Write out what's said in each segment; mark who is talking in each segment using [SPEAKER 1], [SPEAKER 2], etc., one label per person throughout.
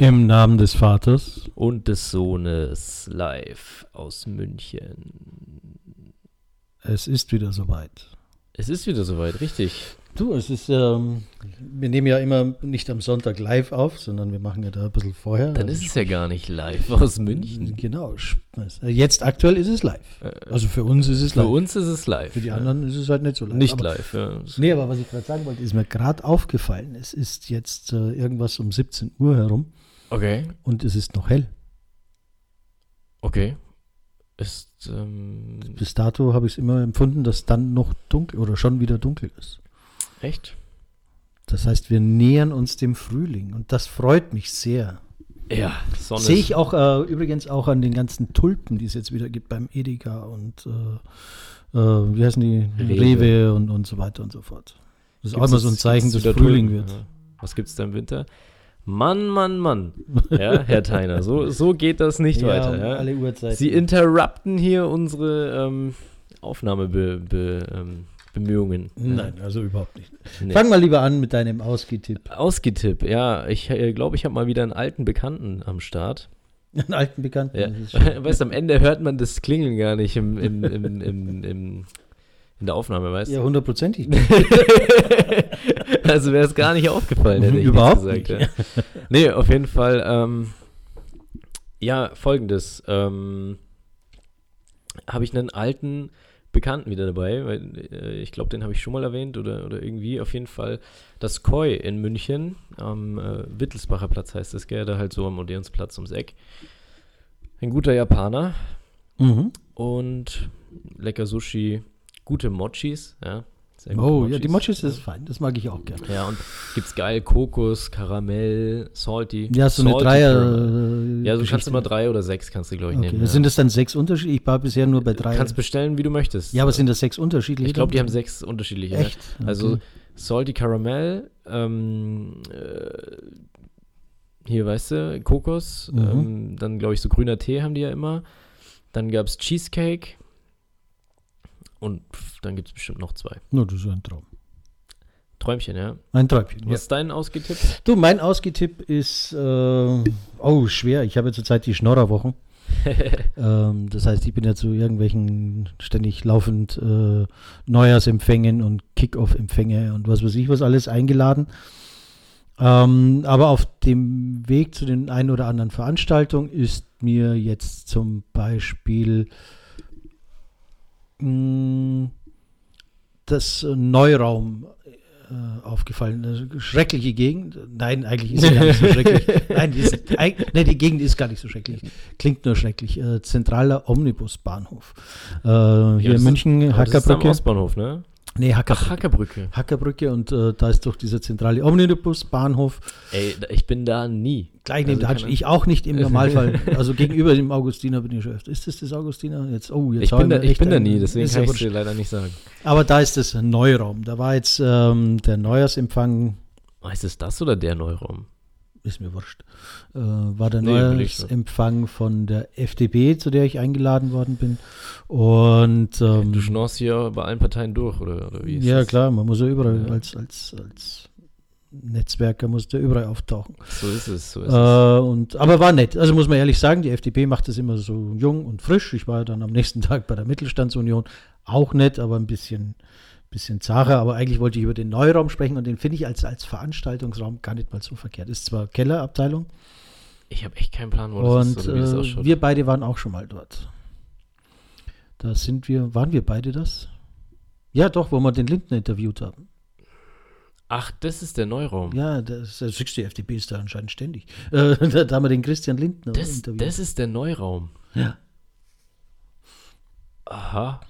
[SPEAKER 1] Im Namen des Vaters.
[SPEAKER 2] und des Sohnes live aus München.
[SPEAKER 1] Es ist wieder soweit.
[SPEAKER 2] Es ist wieder soweit, richtig.
[SPEAKER 1] Du, es ist, ähm, wir nehmen ja immer nicht am Sonntag live auf, sondern wir machen ja da ein bisschen vorher.
[SPEAKER 2] Dann ist es ja gar nicht live aus München. Äh,
[SPEAKER 1] Genau. sp- Jetzt aktuell ist es live. Also für uns ist es
[SPEAKER 2] Für
[SPEAKER 1] live.
[SPEAKER 2] uns ist es live.
[SPEAKER 1] Für die anderen ist es halt nicht so live.
[SPEAKER 2] ja. nicht
[SPEAKER 1] aber,
[SPEAKER 2] live. Ja.
[SPEAKER 1] Nee, aber was ich gerade sagen wollte, ist mir gerade aufgefallen, es ist jetzt äh, irgendwas um 17 Uhr herum
[SPEAKER 2] Okay,
[SPEAKER 1] und es ist noch hell.
[SPEAKER 2] okay. Ist, ähm,
[SPEAKER 1] Bis dato habe ich es immer empfunden, dass dann noch dunkel oder schon wieder dunkel ist.
[SPEAKER 2] echt?
[SPEAKER 1] Das heißt, wir nähern uns dem Frühling und das freut mich sehr.
[SPEAKER 2] Ja, Sonne.
[SPEAKER 1] Sehe
[SPEAKER 2] ist-
[SPEAKER 1] ich auch äh, übrigens auch an den ganzen Tulpen, die es jetzt wieder gibt beim Edeka und äh, äh, wie heißen die?
[SPEAKER 2] Rewe.
[SPEAKER 1] Rewe und, und so weiter und so fort. Das ist auch
[SPEAKER 2] Gibt's
[SPEAKER 1] immer so ein
[SPEAKER 2] jetzt-
[SPEAKER 1] Zeichen,
[SPEAKER 2] gibt's
[SPEAKER 1] dass
[SPEAKER 2] wieder
[SPEAKER 1] Frühling
[SPEAKER 2] Tulpen?
[SPEAKER 1] wird.
[SPEAKER 2] Ja. Was gibt's da im Winter? Mann, Mann, Mann. Ja, Herr Theiner, so, so geht das nicht weiter. Ja.
[SPEAKER 1] um alle Uhrzeiten.
[SPEAKER 2] Sie interrupten hier unsere ähm, Aufnahmebemühungen. Be, ähm, Bemühungen.
[SPEAKER 1] Nein, also überhaupt nicht.
[SPEAKER 2] Nee.
[SPEAKER 1] Fang mal lieber an mit deinem Ausgetipp.
[SPEAKER 2] Ausgetipp, ja. Ich äh, glaube, ich habe mal wieder einen alten Bekannten am Start.
[SPEAKER 1] Einen alten Bekannten.
[SPEAKER 2] Ja.
[SPEAKER 1] das ist schön.
[SPEAKER 2] weißt du, am Ende hört man das Klingeln gar nicht im, im, im, im, im, in der Aufnahme, weißt
[SPEAKER 1] Ja,
[SPEAKER 2] du?
[SPEAKER 1] hundertprozentig.
[SPEAKER 2] also wäre es gar nicht aufgefallen, hätte ich nichts
[SPEAKER 1] Überhaupt
[SPEAKER 2] gesagt.
[SPEAKER 1] nicht.
[SPEAKER 2] Ja. Nee, auf jeden Fall. Ähm, ja, folgendes. Ähm, habe ich einen alten Bekannten wieder dabei, weil äh, ich glaube, den habe ich schon mal erwähnt oder, oder irgendwie. Auf jeden Fall das Koi in München, am äh, Wittelsbacher Platz heißt es, gell? Da halt so am Odeonsplatz ums Eck. Ein guter Japaner,
[SPEAKER 1] Mhm.
[SPEAKER 2] und lecker Sushi, gute Mochis, ja. sehr gute
[SPEAKER 1] Oh, ja, die
[SPEAKER 2] Mochis.
[SPEAKER 1] Mochis ist fein. Das mag ich auch gerne.
[SPEAKER 2] Ja, und gibt's geil Kokos, Karamell, Salty.
[SPEAKER 1] Ja, so eine
[SPEAKER 2] Salty Caramel.
[SPEAKER 1] Dreier. äh,
[SPEAKER 2] Ja, so kannst
[SPEAKER 1] Geschichte.
[SPEAKER 2] du immer drei oder sechs kannst du, glaube ich,
[SPEAKER 1] Okay.
[SPEAKER 2] nehmen. Ja.
[SPEAKER 1] Sind das dann sechs Unterschiede? Ich war bisher nur bei drei.
[SPEAKER 2] kannst bestellen, wie du möchtest.
[SPEAKER 1] ja, aber sind das sechs unterschiedliche?
[SPEAKER 2] ich glaube, die haben sechs unterschiedliche. ja.
[SPEAKER 1] Echt?
[SPEAKER 2] Also
[SPEAKER 1] Okay.
[SPEAKER 2] Salty Caramel, ähm, äh, hier weißt du, Kokos,
[SPEAKER 1] Mhm.
[SPEAKER 2] ähm, dann glaube ich so grüner Tee haben die ja immer. Dann gab es Cheesecake und pff, dann gibt es bestimmt noch zwei.
[SPEAKER 1] No, das ist ein Traum.
[SPEAKER 2] Träumchen, ja.
[SPEAKER 1] Ein Träumchen.
[SPEAKER 2] Was ist dein ausgetippt?
[SPEAKER 1] Ja. Du, mein Ausgetipp ist, äh, oh, schwer. Ich habe ja zurzeit die Schnorrerwochen. ähm, das heißt, ich bin ja zu irgendwelchen ständig laufend äh, Neujahrsempfängen und Kick-Off-Empfänge und was weiß ich was alles eingeladen. Ähm, aber auf dem Weg zu den ein oder anderen Veranstaltungen ist mir jetzt zum Beispiel mh, das äh, Neuraum äh, aufgefallen. Eine schreckliche Gegend. Nein, eigentlich ist sie gar nicht so schrecklich. Nein, die, ist, eig- nee, die Gegend ist gar nicht so schrecklich. Klingt nur schrecklich. Äh, zentraler Omnibusbahnhof. Äh, hier
[SPEAKER 2] das
[SPEAKER 1] in
[SPEAKER 2] ist-
[SPEAKER 1] München,
[SPEAKER 2] Aber das ist am
[SPEAKER 1] Hackerbrücke.
[SPEAKER 2] Ostbahnhof, ne?
[SPEAKER 1] Nee, Hackerbrücke.
[SPEAKER 2] Hackerbrücke.
[SPEAKER 1] Hackerbrücke und äh, da ist doch dieser zentrale Omnibusbahnhof.
[SPEAKER 2] Ey, da- ich bin da nie.
[SPEAKER 1] Gleich neben
[SPEAKER 2] Also
[SPEAKER 1] der
[SPEAKER 2] keine-
[SPEAKER 1] Hatschi. Ich auch nicht im Normalfall. Also gegenüber dem Augustiner bin ich schon öfter. Ist das das Augustiner? Jetzt, oh, jetzt
[SPEAKER 2] Ich
[SPEAKER 1] hau
[SPEAKER 2] bin,
[SPEAKER 1] mir
[SPEAKER 2] da, ich
[SPEAKER 1] echt
[SPEAKER 2] bin da
[SPEAKER 1] einen-
[SPEAKER 2] nie, deswegen
[SPEAKER 1] ist ja
[SPEAKER 2] kann ich
[SPEAKER 1] wurscht.
[SPEAKER 2] dir leider nicht sagen.
[SPEAKER 1] Aber da ist das Neuraum. Da war jetzt ähm, der Neujahrsempfang,
[SPEAKER 2] Oh, ist es das oder der Neuraum?
[SPEAKER 1] ist mir wurscht, äh, war der
[SPEAKER 2] Nee, will ich nicht.
[SPEAKER 1] Neujahrsempfang von der FDP, zu der ich eingeladen worden bin. Und ähm,
[SPEAKER 2] Du schnorst hier bei allen Parteien durch, oder, oder wie ist
[SPEAKER 1] ja,
[SPEAKER 2] das?
[SPEAKER 1] klar, man muss ja überall
[SPEAKER 2] Ja.
[SPEAKER 1] als, als, als Netzwerker muss der überall auftauchen.
[SPEAKER 2] So ist es, so ist es.
[SPEAKER 1] Äh, und, aber war nett. Also muss man ehrlich sagen, die FDP macht das immer so jung und frisch. Ich war dann am nächsten Tag bei der Mittelstandsunion. Auch nett, aber ein bisschen, bisschen zacher. Aber eigentlich wollte ich über den Neuraum sprechen und den finde ich als, als Veranstaltungsraum gar nicht mal so verkehrt. Ist zwar Kellerabteilung
[SPEAKER 2] Ich habe echt keinen Plan, wo Oh, das
[SPEAKER 1] und
[SPEAKER 2] ist oder wie das ausschaut.
[SPEAKER 1] äh, wir beide waren auch schon mal dort. Da sind wir, waren wir beide das? Ja, doch, wo wir den Linden interviewt haben.
[SPEAKER 2] Ach, das ist der Neuraum.
[SPEAKER 1] Ja, das, also das höchste FDP ist da anscheinend ständig. Äh, da, da haben wir den Christian Lindner
[SPEAKER 2] das, das ist der Neuraum.
[SPEAKER 1] ja.
[SPEAKER 2] Aha.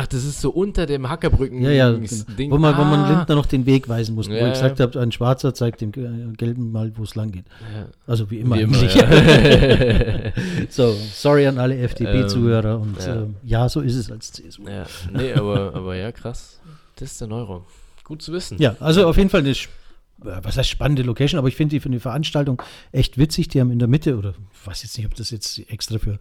[SPEAKER 2] Ach, das ist so unter dem Hackerbrücken.
[SPEAKER 1] Ja, ja,
[SPEAKER 2] Ding.
[SPEAKER 1] genau. wo, man, wo man
[SPEAKER 2] Ah.
[SPEAKER 1] Lindner noch den Weg weisen muss, wo
[SPEAKER 2] Ja,
[SPEAKER 1] ich gesagt
[SPEAKER 2] ja.
[SPEAKER 1] habe, ein Schwarzer zeigt dem äh, Gelben mal, wo es lang geht.
[SPEAKER 2] Ja.
[SPEAKER 1] Also wie immer
[SPEAKER 2] Wie immer,
[SPEAKER 1] eigentlich.
[SPEAKER 2] ja.
[SPEAKER 1] so, sorry an alle FDP-Zuhörer und
[SPEAKER 2] ja.
[SPEAKER 1] ähm, ja, so ist es als CSU.
[SPEAKER 2] Ja, nee, aber, aber ja, krass. Das ist der Neuro. Gut zu wissen.
[SPEAKER 1] Ja, also auf jeden Fall eine, sch- äh, was heißt spannende Location, aber ich finde die für eine Veranstaltung echt witzig. Die haben in der Mitte, oder ich weiß jetzt nicht, ob das jetzt extra für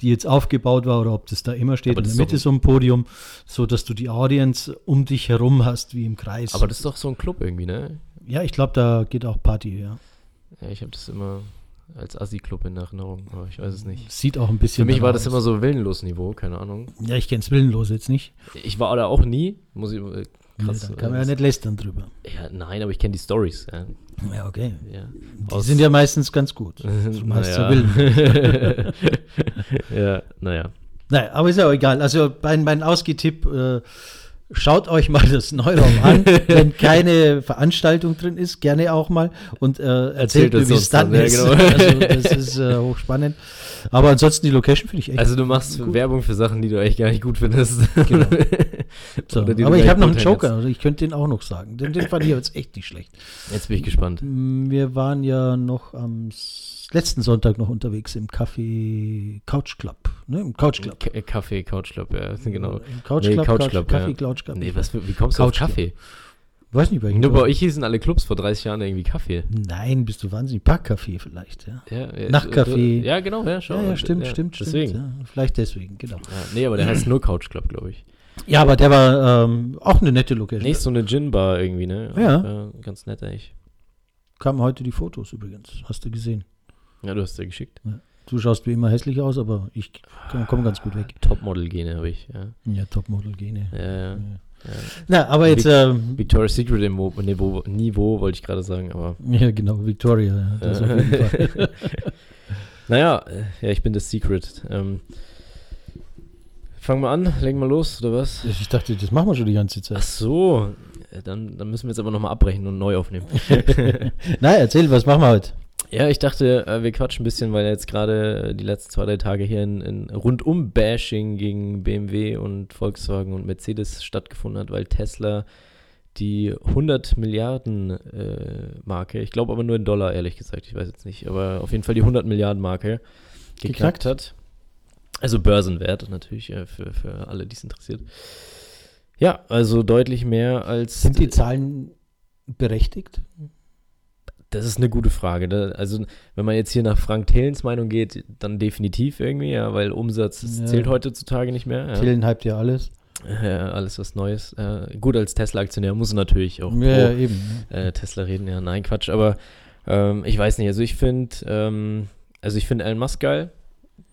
[SPEAKER 1] die jetzt aufgebaut war oder ob das da immer steht,
[SPEAKER 2] Aber
[SPEAKER 1] in
[SPEAKER 2] das
[SPEAKER 1] der
[SPEAKER 2] ist
[SPEAKER 1] Mitte
[SPEAKER 2] doch-
[SPEAKER 1] so ein Podium, so dass du die Audience um dich herum hast, wie im Kreis.
[SPEAKER 2] Aber das ist doch so ein Club irgendwie, ne?
[SPEAKER 1] ja, ich glaube, da geht auch Party, ja.
[SPEAKER 2] Ja, ich habe das immer als Assi-Club in Erinnerung, aber ich weiß es nicht.
[SPEAKER 1] Sieht auch ein bisschen.
[SPEAKER 2] Für mich war
[SPEAKER 1] danach
[SPEAKER 2] das immer so willenlos Niveau, keine Ahnung.
[SPEAKER 1] aus. Ja, ich kenn's willenlos jetzt nicht.
[SPEAKER 2] Ich war da auch nie, muss ich. äh, Krass.
[SPEAKER 1] nee, da kann man
[SPEAKER 2] äh,
[SPEAKER 1] ja nicht lästern drüber.
[SPEAKER 2] ja, nein, aber ich kenne die Stories. Ja,
[SPEAKER 1] Ja, okay.
[SPEAKER 2] ja.
[SPEAKER 1] Die sind ja meistens ganz gut. Zumeist so willen.
[SPEAKER 2] naja. ja, naja.
[SPEAKER 1] Naja, aber ist ja auch egal. Also mein, mein Ausgetipp, äh, schaut euch mal das Neuraum an, wenn keine Veranstaltung drin ist, gerne auch mal und äh, erzählt,
[SPEAKER 2] Erzählt es
[SPEAKER 1] mir, wie es
[SPEAKER 2] uns
[SPEAKER 1] dann
[SPEAKER 2] dann, ja,
[SPEAKER 1] ist.
[SPEAKER 2] genau.
[SPEAKER 1] Also, das ist äh, hochspannend. Aber ansonsten die Location finde ich echt
[SPEAKER 2] Also du machst Werbung für Sachen, die du eigentlich gar nicht gut findest.
[SPEAKER 1] Genau. so.
[SPEAKER 2] Oder die du
[SPEAKER 1] Aber ich
[SPEAKER 2] gleich
[SPEAKER 1] habe noch einen
[SPEAKER 2] beurteilen
[SPEAKER 1] Joker, also ich könnte den auch noch sagen. Den, den fand ich jetzt echt nicht schlecht. Mm,
[SPEAKER 2] Jetzt. jetzt bin ich gespannt.
[SPEAKER 1] Wir waren ja noch am s- letzten Sonntag noch unterwegs im Café Couch Club, ne? Im Couch Club.
[SPEAKER 2] K äh, Kaffee, Couch Club, ja, genau.
[SPEAKER 1] Im Couch
[SPEAKER 2] Nee,
[SPEAKER 1] Club,
[SPEAKER 2] Couch
[SPEAKER 1] Couch
[SPEAKER 2] Club,
[SPEAKER 1] Kaffee,
[SPEAKER 2] ja.
[SPEAKER 1] Couch Club.
[SPEAKER 2] Nee, was, für- wie kommst du
[SPEAKER 1] Couch Club.
[SPEAKER 2] auf Kaffee?
[SPEAKER 1] Weiß nicht, bei
[SPEAKER 2] Nur bei euch hießen alle Clubs vor 30 Jahren irgendwie Kaffee.
[SPEAKER 1] Nein, bist du wahnsinnig. Parkcafé vielleicht, ja.
[SPEAKER 2] Ja, ja,
[SPEAKER 1] Nachtcafé.
[SPEAKER 2] Ja, genau, ja, schon.
[SPEAKER 1] Ja, ja, stimmt, stimmt,
[SPEAKER 2] deswegen.
[SPEAKER 1] stimmt. Ja, vielleicht deswegen, genau.
[SPEAKER 2] Ja, nee, aber der heißt nur Couch Club, glaube ich.
[SPEAKER 1] Ja, aber der war ähm, auch eine nette Location.
[SPEAKER 2] Nee, ist so eine Gin-Bar irgendwie, ne?
[SPEAKER 1] Ja.
[SPEAKER 2] Äh, ganz nett eigentlich.
[SPEAKER 1] Kamen heute die Fotos übrigens, hast du gesehen.
[SPEAKER 2] Ja, du hast ja geschickt.
[SPEAKER 1] Du schaust wie immer hässlich aus, aber ich komme komm ganz gut weg.
[SPEAKER 2] Topmodel-Gene habe ich, ja.
[SPEAKER 1] Ja, Topmodel-Gene.
[SPEAKER 2] Ja, ja.
[SPEAKER 1] Na, aber jetzt, ähm,
[SPEAKER 2] Victoria's Secret im Mo- Niveau, Niveau wollte ich gerade sagen, aber. äh,
[SPEAKER 1] ja genau, Victoria, ja, das auf jeden Fall.
[SPEAKER 2] naja, äh, ja, ich bin das Secret. Ähm, fangen wir an, legen wir los, oder was?
[SPEAKER 1] Ich dachte, das machen wir schon die ganze
[SPEAKER 2] Ach
[SPEAKER 1] Zeit.
[SPEAKER 2] so, äh, dann, dann müssen wir jetzt aber nochmal abbrechen und neu aufnehmen.
[SPEAKER 1] Nein, erzähl, was machen wir heute?
[SPEAKER 2] ja, ich dachte, äh, wir quatschen ein bisschen, weil jetzt gerade äh, die letzten zwei, drei Tage hier ein, ein Rundum-Bashing gegen BMW und Volkswagen und Mercedes stattgefunden hat, weil Tesla die 100 Milliarden äh, Marke, ich glaube aber nur in Dollar, ehrlich gesagt, ich weiß jetzt nicht, aber auf jeden Fall die 100 Milliarden Marke geknackt,
[SPEAKER 1] Geknackt.
[SPEAKER 2] hat. Also Börsenwert natürlich äh, für, für alle, die es interessiert. Ja, also deutlich mehr als
[SPEAKER 1] Sind die Zahlen berechtigt?
[SPEAKER 2] Das ist eine gute Frage. Da, also, wenn man jetzt hier nach Frank Thelens Meinung geht, dann definitiv irgendwie, ja, weil Umsatz das
[SPEAKER 1] Ja.
[SPEAKER 2] zählt heutzutage nicht mehr. Ja.
[SPEAKER 1] Tillen hypt ja alles.
[SPEAKER 2] Ja, alles was Neues. Äh, gut, als Tesla-Aktionär muss er natürlich auch
[SPEAKER 1] ja, ja,
[SPEAKER 2] pro,
[SPEAKER 1] eben. ne?
[SPEAKER 2] äh, Tesla reden. Ja, nein, Quatsch. Aber ähm, ich weiß nicht. Also ich finde, ähm, also ich finde Elon Musk geil.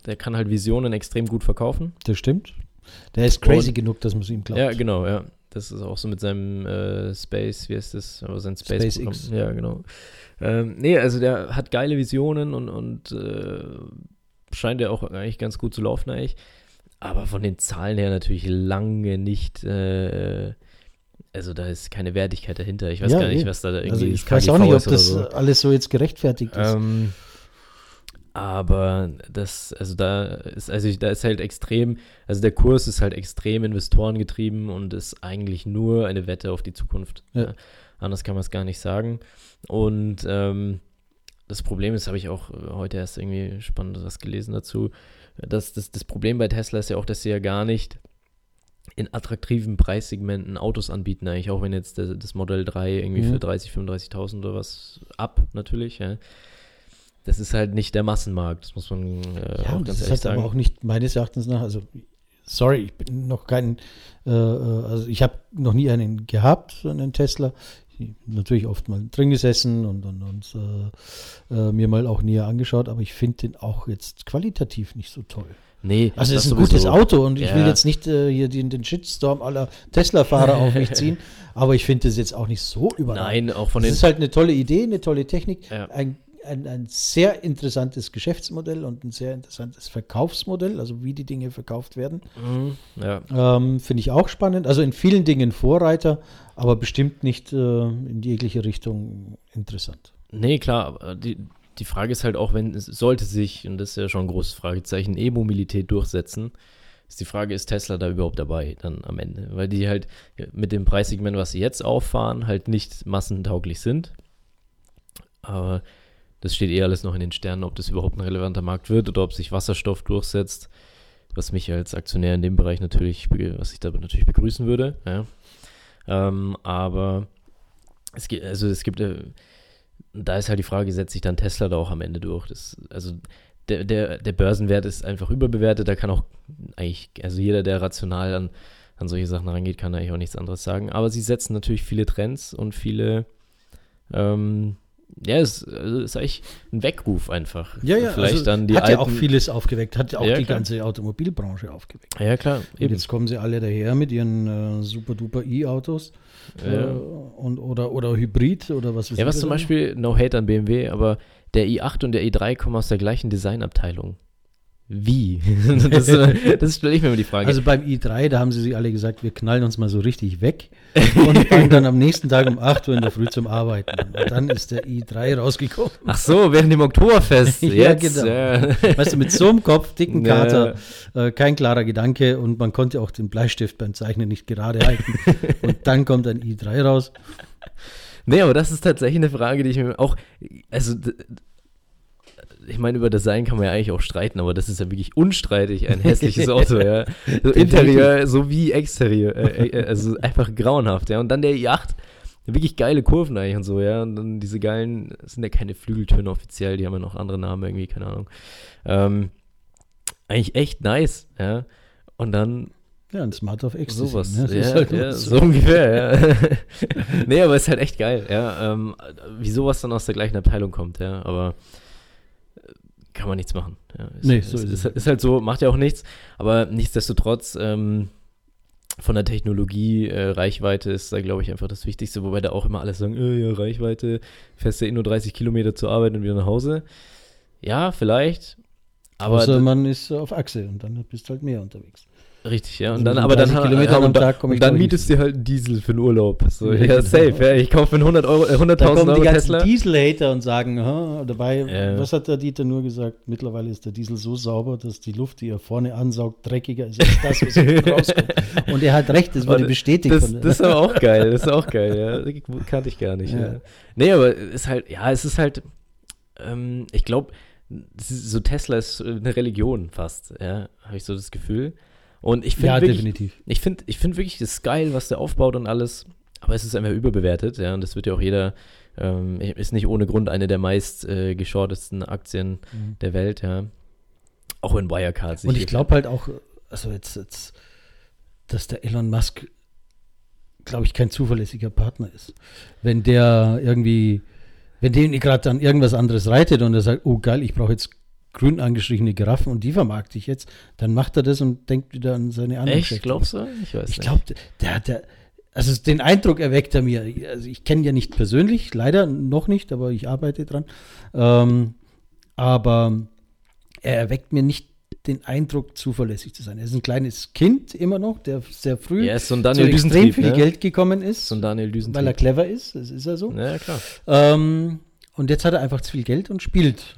[SPEAKER 2] Der kann halt Visionen extrem gut verkaufen.
[SPEAKER 1] Das stimmt. Der ist crazy
[SPEAKER 2] Und-
[SPEAKER 1] genug, dass man es ihm glaubt.
[SPEAKER 2] Ja, genau, ja. Das ist auch so mit seinem äh, Space, wie heißt das? Aber sein Space
[SPEAKER 1] SpaceX.
[SPEAKER 2] Ja, genau. Ähm, nee, also der hat geile Visionen und, und äh, scheint ja auch eigentlich ganz gut zu laufen eigentlich. Aber von den Zahlen her natürlich lange nicht, äh, also da ist keine Wertigkeit dahinter. Ich weiß
[SPEAKER 1] Ja,
[SPEAKER 2] gar nicht,
[SPEAKER 1] eh.
[SPEAKER 2] was da da irgendwie
[SPEAKER 1] also ich
[SPEAKER 2] KGV
[SPEAKER 1] weiß auch nicht, ob
[SPEAKER 2] ist oder
[SPEAKER 1] das äh, alles so jetzt gerechtfertigt ist.
[SPEAKER 2] ähm, aber das, also da ist, also ich, da ist halt extrem, also der Kurs ist halt extrem investorengetrieben und ist eigentlich nur eine Wette auf die Zukunft.
[SPEAKER 1] Ja.
[SPEAKER 2] Ja. Anders kann man es gar nicht sagen. Und ähm, das Problem ist, habe ich auch äh, heute erst irgendwie spannend was gelesen dazu, dass das, das Problem bei Tesla ist ja auch, dass sie ja gar nicht in attraktiven Preissegmenten Autos anbieten, eigentlich auch wenn jetzt das, das Modell 3 irgendwie
[SPEAKER 1] Mhm.
[SPEAKER 2] für 30, 35.000 oder was ab, natürlich. Ja. Das ist halt nicht der Massenmarkt, das muss man äh,
[SPEAKER 1] ja,
[SPEAKER 2] auch
[SPEAKER 1] und
[SPEAKER 2] ganz
[SPEAKER 1] das ist
[SPEAKER 2] ehrlich
[SPEAKER 1] halt
[SPEAKER 2] sagen.
[SPEAKER 1] aber auch nicht meines Erachtens nach, also sorry, ich bin noch kein, äh, äh, also ich habe noch nie einen gehabt, so einen Tesla. Ich bin Natürlich oft mal drin gesessen und, und, und äh, äh, mir mal auch näher angeschaut, aber ich finde den auch jetzt qualitativ nicht so toll.
[SPEAKER 2] nee,
[SPEAKER 1] Also es
[SPEAKER 2] das
[SPEAKER 1] ist ein
[SPEAKER 2] sowieso.
[SPEAKER 1] gutes Auto und ich
[SPEAKER 2] Ja.
[SPEAKER 1] will jetzt nicht äh, hier den, den Shitstorm aller Tesla-Fahrer auf mich ziehen, aber ich finde es jetzt auch nicht so überragend.
[SPEAKER 2] Nein, auch von
[SPEAKER 1] Es
[SPEAKER 2] den
[SPEAKER 1] ist halt eine tolle Idee, eine tolle Technik,
[SPEAKER 2] Ja.
[SPEAKER 1] ein, ein, ein sehr interessantes Geschäftsmodell und ein sehr interessantes Verkaufsmodell, also wie die Dinge verkauft werden.
[SPEAKER 2] Mhm, ja.
[SPEAKER 1] Ähm, Finde ich auch spannend. Also in vielen Dingen Vorreiter, aber bestimmt nicht äh, in jegliche Richtung interessant.
[SPEAKER 2] Nee, klar, aber die, die Frage ist halt auch, wenn es sollte sich, und das ist ja schon ein großes Fragezeichen, E-Mobilität durchsetzen, ist die Frage, ist Tesla da überhaupt dabei dann am Ende? Weil die halt mit dem Preissegment, was sie jetzt auffahren, halt nicht massentauglich sind. Aber das steht eh alles noch in den Sternen, ob das überhaupt ein relevanter Markt wird oder ob sich Wasserstoff durchsetzt, was mich als Aktionär in dem Bereich natürlich, be- was ich da natürlich begrüßen würde. Ja. Ähm, aber es gibt, also es gibt äh, und da ist halt die Frage, setzt sich dann Tesla da auch am Ende durch? Das, also der, der, der Börsenwert ist einfach überbewertet, da kann auch eigentlich, also jeder, der rational an, an solche Sachen rangeht, kann eigentlich auch nichts anderes sagen. Aber sie setzen natürlich viele Trends und viele ähm, ja, ist, also ist eigentlich ein Weckruf einfach.
[SPEAKER 1] Ja, ja,
[SPEAKER 2] Vielleicht
[SPEAKER 1] also
[SPEAKER 2] dann die
[SPEAKER 1] hat
[SPEAKER 2] alten,
[SPEAKER 1] ja auch vieles aufgeweckt, hat ja auch
[SPEAKER 2] Ja,
[SPEAKER 1] die
[SPEAKER 2] klar.
[SPEAKER 1] ganze Automobilbranche aufgeweckt.
[SPEAKER 2] Ja, klar,
[SPEAKER 1] Und
[SPEAKER 2] eben.
[SPEAKER 1] jetzt kommen sie alle daher mit ihren äh, super duper E-Autos äh,
[SPEAKER 2] Ja.
[SPEAKER 1] und oder oder Hybrid oder was weiß
[SPEAKER 2] Ja,
[SPEAKER 1] ich
[SPEAKER 2] was zum Beispiel, no hate an BMW, aber der i8 und der i3 kommen aus der gleichen Designabteilung. Wie? das äh, das stelle ich mir immer die Frage.
[SPEAKER 1] Also beim i3, da haben sie sich alle gesagt, wir knallen uns mal so richtig weg und fangen dann am nächsten Tag um 8 Uhr in der Früh zum Arbeiten. an. Und dann ist der i3 rausgekommen.
[SPEAKER 2] Ach so, während dem Oktoberfest.
[SPEAKER 1] Ja,
[SPEAKER 2] Jetzt,
[SPEAKER 1] genau.
[SPEAKER 2] ja.
[SPEAKER 1] Weißt du, mit so einem Kopf, dicken
[SPEAKER 2] Ja.
[SPEAKER 1] Kater, äh, kein klarer Gedanke und man konnte auch den Bleistift beim Zeichnen nicht gerade halten. Und dann kommt ein i3 raus.
[SPEAKER 2] Nee, aber das ist tatsächlich eine Frage, die ich mir auch. Also, d- ich meine, über Design kann man ja eigentlich auch streiten, aber das ist ja wirklich unstreitig ein hässliches Auto, ja. So Interieur sowie Exterieur. Äh, äh, also einfach grauenhaft, ja. Und dann der i8. Wirklich geile Kurven eigentlich und so, ja. Und dann diese geilen, das sind ja keine Flügeltöne offiziell, die haben ja noch andere Namen irgendwie, keine Ahnung. Ähm, eigentlich echt nice, ja. Und dann
[SPEAKER 1] Ja, ein Smart of Ecstasy.
[SPEAKER 2] Sowas,
[SPEAKER 1] ne? Das
[SPEAKER 2] ja,
[SPEAKER 1] ist halt
[SPEAKER 2] ja,
[SPEAKER 1] was.
[SPEAKER 2] so ungefähr, ja. nee, aber ist halt echt geil, ja. Ähm, wie sowas dann aus der gleichen Abteilung kommt, ja, aber äh, kann man nichts machen. Ja. Ist,
[SPEAKER 1] Nee, so
[SPEAKER 2] ist,
[SPEAKER 1] ist
[SPEAKER 2] ist,
[SPEAKER 1] es.
[SPEAKER 2] ist halt so, macht ja auch nichts, aber nichtsdestotrotz ähm, von der Technologie, äh, Reichweite ist da, glaube ich, einfach das Wichtigste, wobei da auch immer alle sagen, äh, ja, Reichweite, fährst du eh nur 30 Kilometer zur Arbeit und wieder nach Hause. Ja, vielleicht, aber
[SPEAKER 1] Außer man ist auf Achse und dann bist du halt mehr unterwegs.
[SPEAKER 2] Richtig, ja.
[SPEAKER 1] Also
[SPEAKER 2] Und dann,
[SPEAKER 1] mit
[SPEAKER 2] aber dann,
[SPEAKER 1] 30 Kilometern
[SPEAKER 2] aber
[SPEAKER 1] am
[SPEAKER 2] dann-
[SPEAKER 1] Tag komm ich,
[SPEAKER 2] und dann
[SPEAKER 1] glaub ich,
[SPEAKER 2] mietest du dir halt einen Diesel für den Urlaub. So,
[SPEAKER 1] Ja,
[SPEAKER 2] ja,
[SPEAKER 1] genau.
[SPEAKER 2] safe. Ja. Ich kaufe für 100 Euro, äh, 100.000 Euro Tesla.
[SPEAKER 1] Diesel-Hater und sagen, "Hä, dabei,
[SPEAKER 2] Ja.
[SPEAKER 1] was hat der Dieter nur gesagt? Mittlerweile ist der Diesel so sauber, dass die Luft, die er vorne ansaugt, dreckiger ist als das, was hinten rauskommt. Und er hat recht, das wurde
[SPEAKER 2] Und
[SPEAKER 1] bestätigt.
[SPEAKER 2] Das,
[SPEAKER 1] von der-
[SPEAKER 2] das ist aber auch geil. Das ist auch geil, ja. Kannte ich gar nicht. Ja.
[SPEAKER 1] Ja.
[SPEAKER 2] Nee, aber ist halt, ja, es ist halt, ähm, ich glaube, so Tesla ist äh, eine Religion fast, ja. Habe ich so das Gefühl. Und ich
[SPEAKER 1] ja,
[SPEAKER 2] finde wirklich,
[SPEAKER 1] definitiv.
[SPEAKER 2] Ich finde ich find wirklich das ist geil, was der aufbaut und alles, aber es ist einfach überbewertet, ja, und das wird ja auch jeder, ähm, ist nicht ohne Grund eine der meist äh, geschortesten Aktien
[SPEAKER 1] Mhm.
[SPEAKER 2] der Welt, ja. Auch in Wirecard.
[SPEAKER 1] Und ich
[SPEAKER 2] sicher.
[SPEAKER 1] glaube halt auch, also jetzt, jetzt, dass der Elon Musk, glaube ich, kein zuverlässiger Partner ist. Wenn der irgendwie, wenn den gerade dann irgendwas anderes reitet und er sagt, oh geil, ich brauche jetzt grün angestrichene Giraffen und die vermarkte ich jetzt, dann macht er das und denkt wieder an seine anderen
[SPEAKER 2] Echt,
[SPEAKER 1] Geschäfte.
[SPEAKER 2] glaubst du? Ich weiß
[SPEAKER 1] Ich
[SPEAKER 2] nicht.
[SPEAKER 1] glaube, der hat der, also den Eindruck erweckt er mir. Also ich kenne ihn ja nicht persönlich, leider noch nicht, aber ich arbeite dran. Ähm, aber er erweckt mir nicht den Eindruck, zuverlässig zu sein. Er ist ein kleines Kind immer noch, der sehr früh
[SPEAKER 2] Ja, ist so ein
[SPEAKER 1] zu
[SPEAKER 2] Daniel
[SPEAKER 1] extrem
[SPEAKER 2] Düsentrieb,
[SPEAKER 1] viel
[SPEAKER 2] ne?
[SPEAKER 1] Geld gekommen ist,
[SPEAKER 2] So ein Daniel
[SPEAKER 1] weil er
[SPEAKER 2] Düsentrieb.
[SPEAKER 1] clever ist, das ist er so.
[SPEAKER 2] Ja, klar.
[SPEAKER 1] Ähm, und jetzt hat er einfach zu viel Geld und spielt.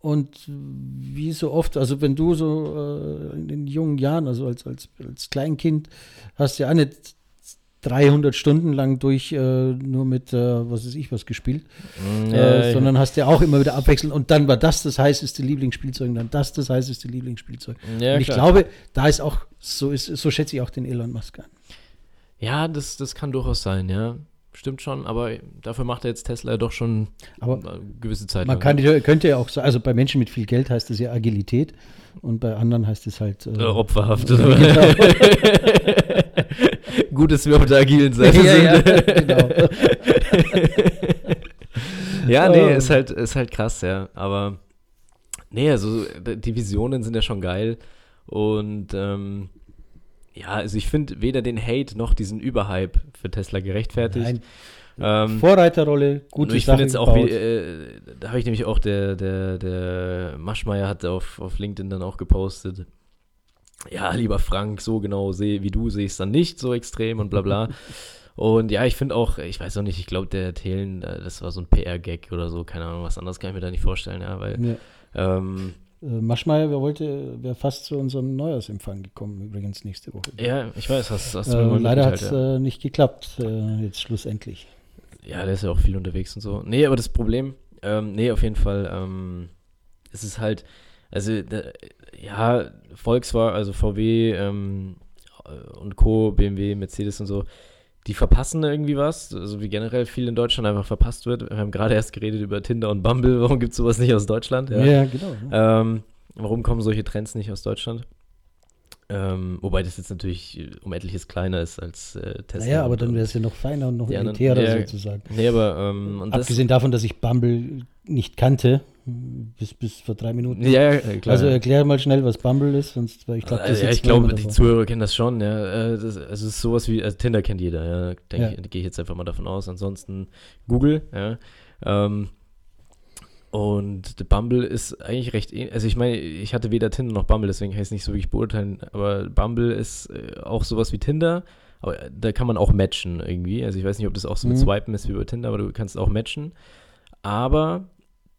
[SPEAKER 1] Und wie so oft, also wenn du so äh, in den jungen Jahren, also als, als, als Kleinkind, hast du ja auch nicht 300 Stunden lang durch äh, nur mit, äh, was weiß ich, was gespielt,
[SPEAKER 2] Mm,
[SPEAKER 1] äh,
[SPEAKER 2] ja,
[SPEAKER 1] sondern hast ja auch immer wieder abwechselnd. Und dann war das das heißeste Lieblingsspielzeug, und dann das das heißeste Lieblingsspielzeug.
[SPEAKER 2] ja,
[SPEAKER 1] und ich
[SPEAKER 2] klar.
[SPEAKER 1] glaube, da ist auch, so, ist, so schätze ich auch den Elon Musk an.
[SPEAKER 2] ja das, das kann durchaus sein, ja. Stimmt schon, aber dafür macht er jetzt Tesla doch schon
[SPEAKER 1] Aber
[SPEAKER 2] eine gewisse Zeit.
[SPEAKER 1] Man
[SPEAKER 2] lang.
[SPEAKER 1] kann, die- könnte ja auch sagen, also bei Menschen mit viel Geld heißt es ja Agilität und bei anderen heißt es halt.
[SPEAKER 2] Äh,
[SPEAKER 1] Äh,
[SPEAKER 2] Opferhaft.
[SPEAKER 1] Genau.
[SPEAKER 2] Gut, dass wir auf der agilen
[SPEAKER 1] ja,
[SPEAKER 2] Seite sind.
[SPEAKER 1] ja, genau.
[SPEAKER 2] Ja, nee,
[SPEAKER 1] Ähm.
[SPEAKER 2] ist halt, ist halt krass, ja. Aber nee, also d- die Visionen sind ja schon geil. Und ähm, ja, also ich finde weder den Hate noch diesen Überhype für Tesla gerechtfertigt.
[SPEAKER 1] Nein,
[SPEAKER 2] ähm,
[SPEAKER 1] Vorreiterrolle,
[SPEAKER 2] und
[SPEAKER 1] gute
[SPEAKER 2] Also ich
[SPEAKER 1] Sache.
[SPEAKER 2] finde jetzt auch, wie,
[SPEAKER 1] gebaut.
[SPEAKER 2] äh, da habe ich nämlich auch, der, der, der Maschmeyer hat auf, auf LinkedIn dann auch gepostet. Ja, lieber Frank, so genau seh, wie du sehe ich es dann nicht so extrem und bla bla. Und ja, ich finde auch, ich weiß auch nicht, ich glaube, der Thelen, äh, das war so ein PR-Gag oder so, keine Ahnung, was anderes kann ich mir da nicht vorstellen, ja, weil,
[SPEAKER 1] ja.
[SPEAKER 2] ähm,
[SPEAKER 1] äh, Maschmeyer, wer wollte, wäre fast zu unserem Neujahrsempfang gekommen, übrigens nächste Woche.
[SPEAKER 2] ja, ich weiß, hast, hast du mir
[SPEAKER 1] Äh,
[SPEAKER 2] mal
[SPEAKER 1] leider hat
[SPEAKER 2] mitgeteilt,
[SPEAKER 1] es
[SPEAKER 2] ja.
[SPEAKER 1] äh, nicht geklappt, äh, jetzt schlussendlich.
[SPEAKER 2] Ja, der ist ja auch viel unterwegs und so. Nee, aber das Problem, ähm, nee, auf jeden Fall, ähm, es ist halt, also, da, ja, Volkswagen, also VW ähm, und Co., BMW, Mercedes und so, die verpassen irgendwie was, also wie generell viel in Deutschland einfach verpasst wird. Wir haben gerade erst geredet über Tinder und Bumble, warum gibt es sowas nicht aus Deutschland?
[SPEAKER 1] Ja, genau. ne?
[SPEAKER 2] Ähm, warum kommen solche Trends nicht aus Deutschland? Ähm, wobei das jetzt natürlich äh, um etliches kleiner ist als äh, Tesla.
[SPEAKER 1] Naja, aber dann
[SPEAKER 2] und-
[SPEAKER 1] wäre es ja noch feiner und noch
[SPEAKER 2] Die anderen-
[SPEAKER 1] elitärer
[SPEAKER 2] ja,
[SPEAKER 1] sozusagen.
[SPEAKER 2] Nee, aber ähm, und das,
[SPEAKER 1] Abgesehen davon, dass ich Bumble nicht kannte, hm, bis, bis vor drei Minuten.
[SPEAKER 2] ja, ja, klar.
[SPEAKER 1] Also erklär mal schnell, was Bumble ist, sonst, weil ich glaube,
[SPEAKER 2] Also, ja, ich glaube, die Zuhörer kennen das schon. Ja. Äh, Das, also es ist sowas wie, also Tinder kennt jeder, ja. Denk,
[SPEAKER 1] Ja.
[SPEAKER 2] ich- Gehe ich jetzt einfach mal davon aus. Ansonsten Google, ja. Ähm, und der Bumble ist eigentlich recht ähnlich. Also ich meine, ich hatte weder Tinder noch Bumble, deswegen kann ich es nicht so wirklich beurteilen. Aber Bumble ist äh, auch sowas wie Tinder, aber da kann man auch matchen irgendwie. Also ich weiß nicht, ob das auch so mit
[SPEAKER 1] Mhm.
[SPEAKER 2] Swipen ist wie bei Tinder, aber du kannst auch matchen. Aber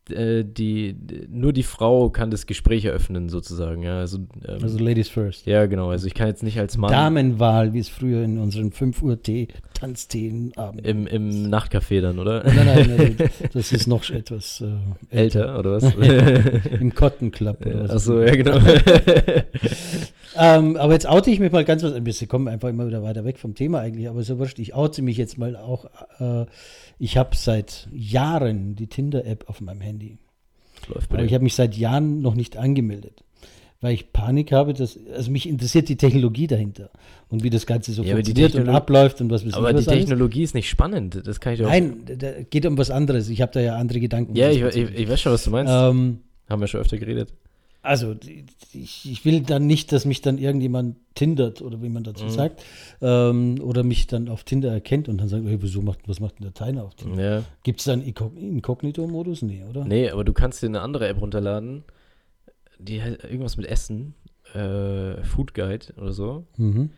[SPEAKER 2] äh, die, d- nur die Frau kann das Gespräch eröffnen, sozusagen. Ja, also, ähm,
[SPEAKER 1] Also Ladies First.
[SPEAKER 2] ja, genau. Also ich kann jetzt nicht als Mann
[SPEAKER 1] Damenwahl, wie es früher in unseren 5 Uhr Tee, Tanzteen abend
[SPEAKER 2] im, im Nachtcafé dann, oder?
[SPEAKER 1] Nein, nein, also, das ist noch etwas äh,
[SPEAKER 2] Älter, oder was?
[SPEAKER 1] Im Cotton Club. Oder was.
[SPEAKER 2] Achso, ja, genau.
[SPEAKER 1] Ähm, aber jetzt oute ich mich mal ganz was ein bisschen. Kommen einfach immer wieder weiter weg vom Thema eigentlich, aber so wurscht. Ich oute mich jetzt mal auch. Äh, ich habe seit Jahren die Tinder-App auf meinem Handy.
[SPEAKER 2] Läuft bei
[SPEAKER 1] Aber ich
[SPEAKER 2] dir.
[SPEAKER 1] habe mich seit Jahren noch nicht angemeldet, weil ich Panik habe, dass also mich interessiert die Technologie dahinter und wie das Ganze so
[SPEAKER 2] Ja, aber die
[SPEAKER 1] funktioniert und
[SPEAKER 2] Technolo-
[SPEAKER 1] abläuft und was wir
[SPEAKER 2] Aber die Technologie ist nicht spannend. Das kann ich auch.
[SPEAKER 1] Nein, da geht um was anderes. Ich habe da ja andere Gedanken.
[SPEAKER 2] Ja, ich, ich,
[SPEAKER 1] diesbezüglich.
[SPEAKER 2] ich weiß schon, was du meinst.
[SPEAKER 1] ähm,
[SPEAKER 2] Haben wir schon öfter geredet.
[SPEAKER 1] also die- ich, ich will dann nicht, dass mich dann irgendjemand tindert oder wie man dazu
[SPEAKER 2] Mhm.
[SPEAKER 1] sagt ähm, oder mich dann auf Tinder erkennt und dann sagt, hey, wieso macht, was macht denn der Teiner auf Tinder?
[SPEAKER 2] Ja.
[SPEAKER 1] Gibt es da einen Inko- Inkognito-Modus? Nee, oder?
[SPEAKER 2] Nee, aber du kannst dir eine andere App runterladen, die heißt irgendwas mit Essen, äh, Food Guide oder so.
[SPEAKER 1] Mhm.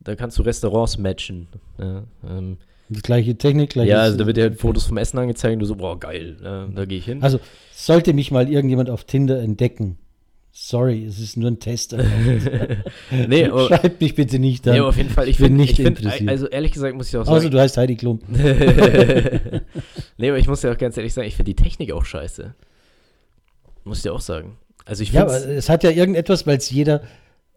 [SPEAKER 2] Da kannst du Restaurants matchen. Ja, ähm,
[SPEAKER 1] Die gleiche Technik, gleiches.
[SPEAKER 2] ja also da wird dir halt Fotos vom Essen angezeigt und du so, boah, geil, ja, da gehe ich hin.
[SPEAKER 1] Also, sollte mich mal irgendjemand auf Tinder entdecken, sorry, es ist nur ein Test.
[SPEAKER 2] nee, aber,
[SPEAKER 1] Schreibt mich bitte nicht
[SPEAKER 2] nee,
[SPEAKER 1] an.
[SPEAKER 2] aber auf jeden Fall, ich
[SPEAKER 1] bin
[SPEAKER 2] finde,
[SPEAKER 1] nicht
[SPEAKER 2] ich find,
[SPEAKER 1] interessiert.
[SPEAKER 2] also ehrlich gesagt muss ich auch
[SPEAKER 1] Außer
[SPEAKER 2] sagen,
[SPEAKER 1] du heißt Heidi Klum.
[SPEAKER 2] nee, aber ich muss ja auch ganz ehrlich sagen, ich finde die Technik auch scheiße. Muss ich dir auch sagen. Also ich
[SPEAKER 1] Ja,
[SPEAKER 2] finde,
[SPEAKER 1] aber
[SPEAKER 2] ja,
[SPEAKER 1] es hat ja irgendetwas, weil es jeder.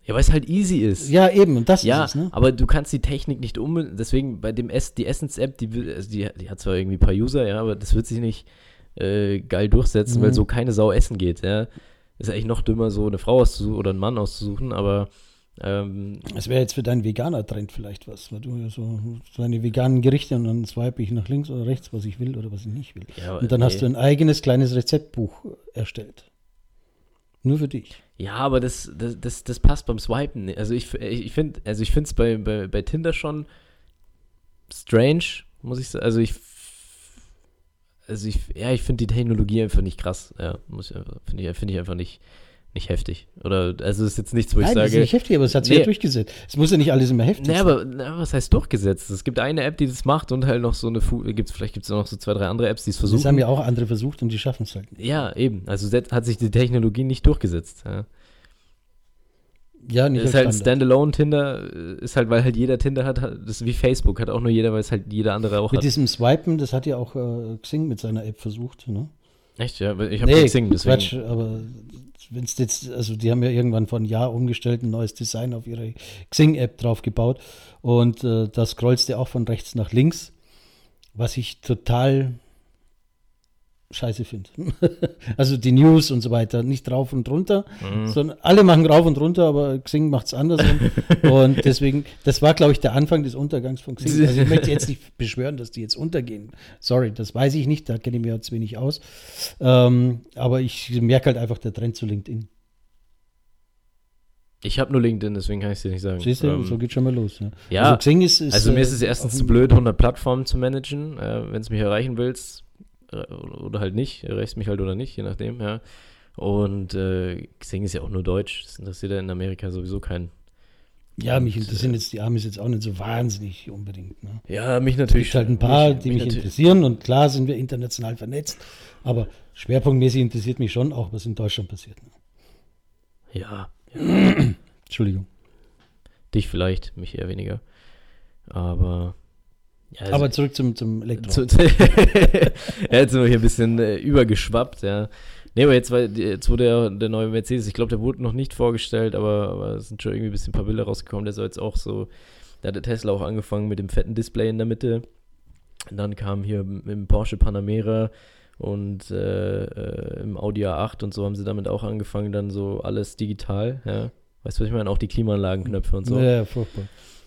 [SPEAKER 2] weil es halt easy ist.
[SPEAKER 1] Ja, eben, und das
[SPEAKER 2] Ja,
[SPEAKER 1] ist es, ne?
[SPEAKER 2] aber du kannst die Technik nicht um. Deswegen bei dem Ess, die Essence-App, die, will- also die, die hat zwar irgendwie ein paar User, ja, aber das wird sich nicht äh, geil durchsetzen,
[SPEAKER 1] Mhm.
[SPEAKER 2] weil so keine Sau essen geht. Ja. Ist eigentlich noch dümmer, so eine Frau auszusuchen oder einen Mann auszusuchen, aber ähm,
[SPEAKER 1] Das wäre jetzt für deinen Veganer-Trend vielleicht was, weil du ja so deine veganen Gerichte und dann swipe ich nach links oder rechts, was ich will oder was ich nicht will.
[SPEAKER 2] Ja, aber-
[SPEAKER 1] und dann hast
[SPEAKER 2] nee.
[SPEAKER 1] du ein eigenes kleines Rezeptbuch erstellt. Nur für dich.
[SPEAKER 2] Ja, aber das, das, das, das passt beim Swipen. nicht. Also ich, ich ich finde, also ich finde es bei, bei, bei Tinder schon strange, muss ich sagen. Also ich, f- also ich, ja, ich finde die Technologie einfach nicht krass. Ja, muss ich einfach- finde ich, finde ich einfach nicht, nicht heftig. Oder also ist jetzt nichts, wo ich
[SPEAKER 1] Nein, das ist
[SPEAKER 2] sage.
[SPEAKER 1] nicht heftig, aber es hat sich
[SPEAKER 2] Nee.
[SPEAKER 1] ja durchgesetzt. Es muss ja nicht alles immer heftig
[SPEAKER 2] Nee,
[SPEAKER 1] sein.
[SPEAKER 2] aber, na, was heißt durchgesetzt? Es gibt eine App, die das macht und halt noch so eine, Fu- gibt's, vielleicht gibt es noch so zwei, drei andere Apps, die es
[SPEAKER 1] Das
[SPEAKER 2] versuchen.
[SPEAKER 1] haben ja auch andere versucht und die schaffen es halt nicht.
[SPEAKER 2] ja, eben. Also se- hat sich die Technologie nicht durchgesetzt. Ja.
[SPEAKER 1] Ja, nicht
[SPEAKER 2] ist
[SPEAKER 1] als
[SPEAKER 2] halt ein
[SPEAKER 1] Standard.
[SPEAKER 2] Standalone Tinder, äh, ist halt, weil halt jeder Tinder hat, hat- das ist wie Facebook, hat auch nur jeder, weil es halt jeder andere auch
[SPEAKER 1] Mit
[SPEAKER 2] hat.
[SPEAKER 1] diesem Swipen, das hat ja auch äh, Xing mit seiner App versucht. Ne?
[SPEAKER 2] Echt? Ja, weil ich habe nee, Xing, deswegen.
[SPEAKER 1] Quatsch, aber wenn's jetzt, also die haben ja irgendwann vor einem Jahr umgestellt, ein neues Design auf ihre Xing-App draufgebaut und äh, da scrollst du auch von rechts nach links, was ich total scheiße finde. also die News und so weiter, nicht rauf und runter,
[SPEAKER 2] Mhm.
[SPEAKER 1] sondern alle machen rauf und runter, aber Xing macht es andersrum und deswegen, das war glaube ich der Anfang des Untergangs von Xing. Also ich möchte jetzt nicht beschwören, dass die jetzt untergehen. Sorry, das weiß ich nicht, da kenne ich mir zu wenig aus. Ähm, aber ich merke halt einfach der Trend zu LinkedIn.
[SPEAKER 2] Ich habe nur LinkedIn, deswegen kann ich es dir nicht sagen.
[SPEAKER 1] Siehst du,
[SPEAKER 2] Ähm,
[SPEAKER 1] so geht schon mal los. Ne?
[SPEAKER 2] ja,
[SPEAKER 1] also, Xing ist, ist,
[SPEAKER 2] also mir
[SPEAKER 1] äh,
[SPEAKER 2] ist es erstens
[SPEAKER 1] auf-
[SPEAKER 2] zu blöd, 100 Plattformen zu managen. Äh, Wenn es mich erreichen willst äh, oder halt nicht, erreichst mich halt oder nicht, je nachdem, ja. Und äh, Xing ist ja auch nur Deutsch. Das interessiert ja in Amerika sowieso keinen.
[SPEAKER 1] Ja, mich interessieren jetzt die Amis jetzt auch nicht so wahnsinnig unbedingt. Ne?
[SPEAKER 2] Ja, mich
[SPEAKER 1] Es
[SPEAKER 2] natürlich.
[SPEAKER 1] gibt halt ein paar,
[SPEAKER 2] mich-
[SPEAKER 1] die
[SPEAKER 2] mich
[SPEAKER 1] mich
[SPEAKER 2] natürlich-
[SPEAKER 1] interessieren und klar sind wir international vernetzt, aber schwerpunktmäßig interessiert mich schon auch, was in Deutschland passiert. Ne?
[SPEAKER 2] Ja,
[SPEAKER 1] Entschuldigung.
[SPEAKER 2] Dich vielleicht, mich eher weniger. Aber. Ja, also-
[SPEAKER 1] aber zurück zum, zum Elektro.
[SPEAKER 2] zu, zu, ja, jetzt sind wir hier ein bisschen äh, übergeschwappt, ja. Nee, aber jetzt, war, jetzt wurde ja der neue Mercedes, ich glaube, der wurde noch nicht vorgestellt, aber, aber es sind schon irgendwie ein bisschen ein paar Bilder rausgekommen. Der soll jetzt auch so. Da hat der Tesla auch angefangen mit dem fetten Display in der Mitte. Und dann kam hier m- im Porsche Panamera und äh, äh, im Audi A8 und so haben sie damit auch angefangen, dann so alles digital, ja. Weißt du, was ich meine? Auch die Klimaanlagenknöpfe und so.
[SPEAKER 1] Ja, furchtbar.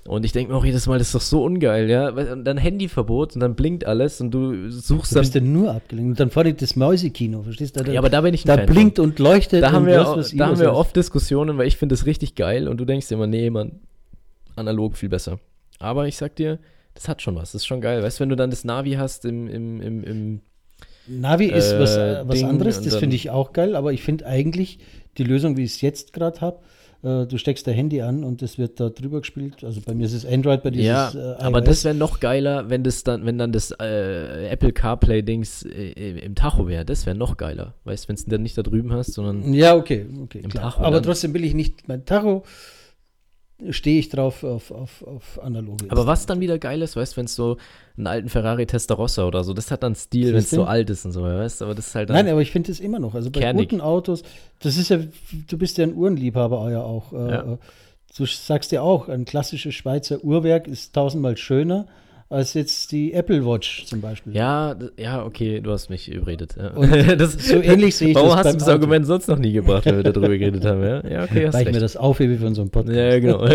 [SPEAKER 2] Und ich denke mir auch jedes Mal, das ist doch so ungeil, ja. Weil- Und dann Handyverbot und dann blinkt alles und du suchst
[SPEAKER 1] Du
[SPEAKER 2] dann.
[SPEAKER 1] bist ja nur abgelenkt. Und dann vorne das Mäusekino, verstehst du? Da,
[SPEAKER 2] Ja, aber da bin ich ein
[SPEAKER 1] da
[SPEAKER 2] Fan von.
[SPEAKER 1] blinkt und leuchtet.
[SPEAKER 2] Da
[SPEAKER 1] und
[SPEAKER 2] haben wir,
[SPEAKER 1] weiß
[SPEAKER 2] auch,
[SPEAKER 1] was
[SPEAKER 2] da haben
[SPEAKER 1] ich
[SPEAKER 2] wir
[SPEAKER 1] was.
[SPEAKER 2] oft Diskussionen, weil ich finde das richtig geil und du denkst dir immer, nee, man, analog viel besser. Aber ich sag dir, das hat schon was, das ist schon geil. Weißt du, wenn du dann das Navi hast im, im, im, im
[SPEAKER 1] Navi ist was,
[SPEAKER 2] äh,
[SPEAKER 1] äh, was
[SPEAKER 2] Ding
[SPEAKER 1] anderes,
[SPEAKER 2] und
[SPEAKER 1] das
[SPEAKER 2] dann-
[SPEAKER 1] finde ich auch geil, aber ich finde eigentlich die Lösung, wie ich es jetzt gerade habe, äh, du steckst dein Handy an und das wird da drüber gespielt. Also bei mir ist es Android, bei dir
[SPEAKER 2] ja,
[SPEAKER 1] ist es äh,
[SPEAKER 2] aber
[SPEAKER 1] iOS.
[SPEAKER 2] das wäre noch geiler, wenn das dann, wenn dann das äh, Apple CarPlay Dings äh, im- im Tacho wäre. Das wäre noch geiler, weißt, wenn es dann nicht da drüben hast, sondern
[SPEAKER 1] Ja, okay, okay
[SPEAKER 2] Im
[SPEAKER 1] klar.
[SPEAKER 2] Tacho
[SPEAKER 1] aber
[SPEAKER 2] dann.
[SPEAKER 1] trotzdem will ich nicht mein Tacho, stehe ich drauf auf, auf, auf analoge.
[SPEAKER 2] aber was dann wieder geil ist, weißt, wenn es so einen alten Ferrari Testarossa oder so, das hat dann Stil, wenn es
[SPEAKER 1] Siehst du?
[SPEAKER 2] so alt ist und so, weißt, aber das ist halt dann
[SPEAKER 1] Nein, aber ich finde es immer noch. Also bei
[SPEAKER 2] Kernig.
[SPEAKER 1] guten Autos, das ist ja, du bist ja ein Uhrenliebhaber ja auch. Äh,
[SPEAKER 2] Ja.
[SPEAKER 1] Du sagst ja auch, ein klassisches Schweizer Uhrwerk ist tausendmal schöner als jetzt die Apple Watch zum Beispiel.
[SPEAKER 2] Ja, d- ja, okay, du hast mich überredet. Ja.
[SPEAKER 1] Und
[SPEAKER 2] das,
[SPEAKER 1] so ähnlich sehe ich
[SPEAKER 2] Warum
[SPEAKER 1] das
[SPEAKER 2] hast du
[SPEAKER 1] beim
[SPEAKER 2] das
[SPEAKER 1] Auto.
[SPEAKER 2] Argument sonst noch nie gebracht, wenn wir darüber geredet haben? Ja, ja okay, hast
[SPEAKER 1] Weil ich mir
[SPEAKER 2] recht.
[SPEAKER 1] das aufhebe für unseren Podcast.
[SPEAKER 2] Ja, ja, genau.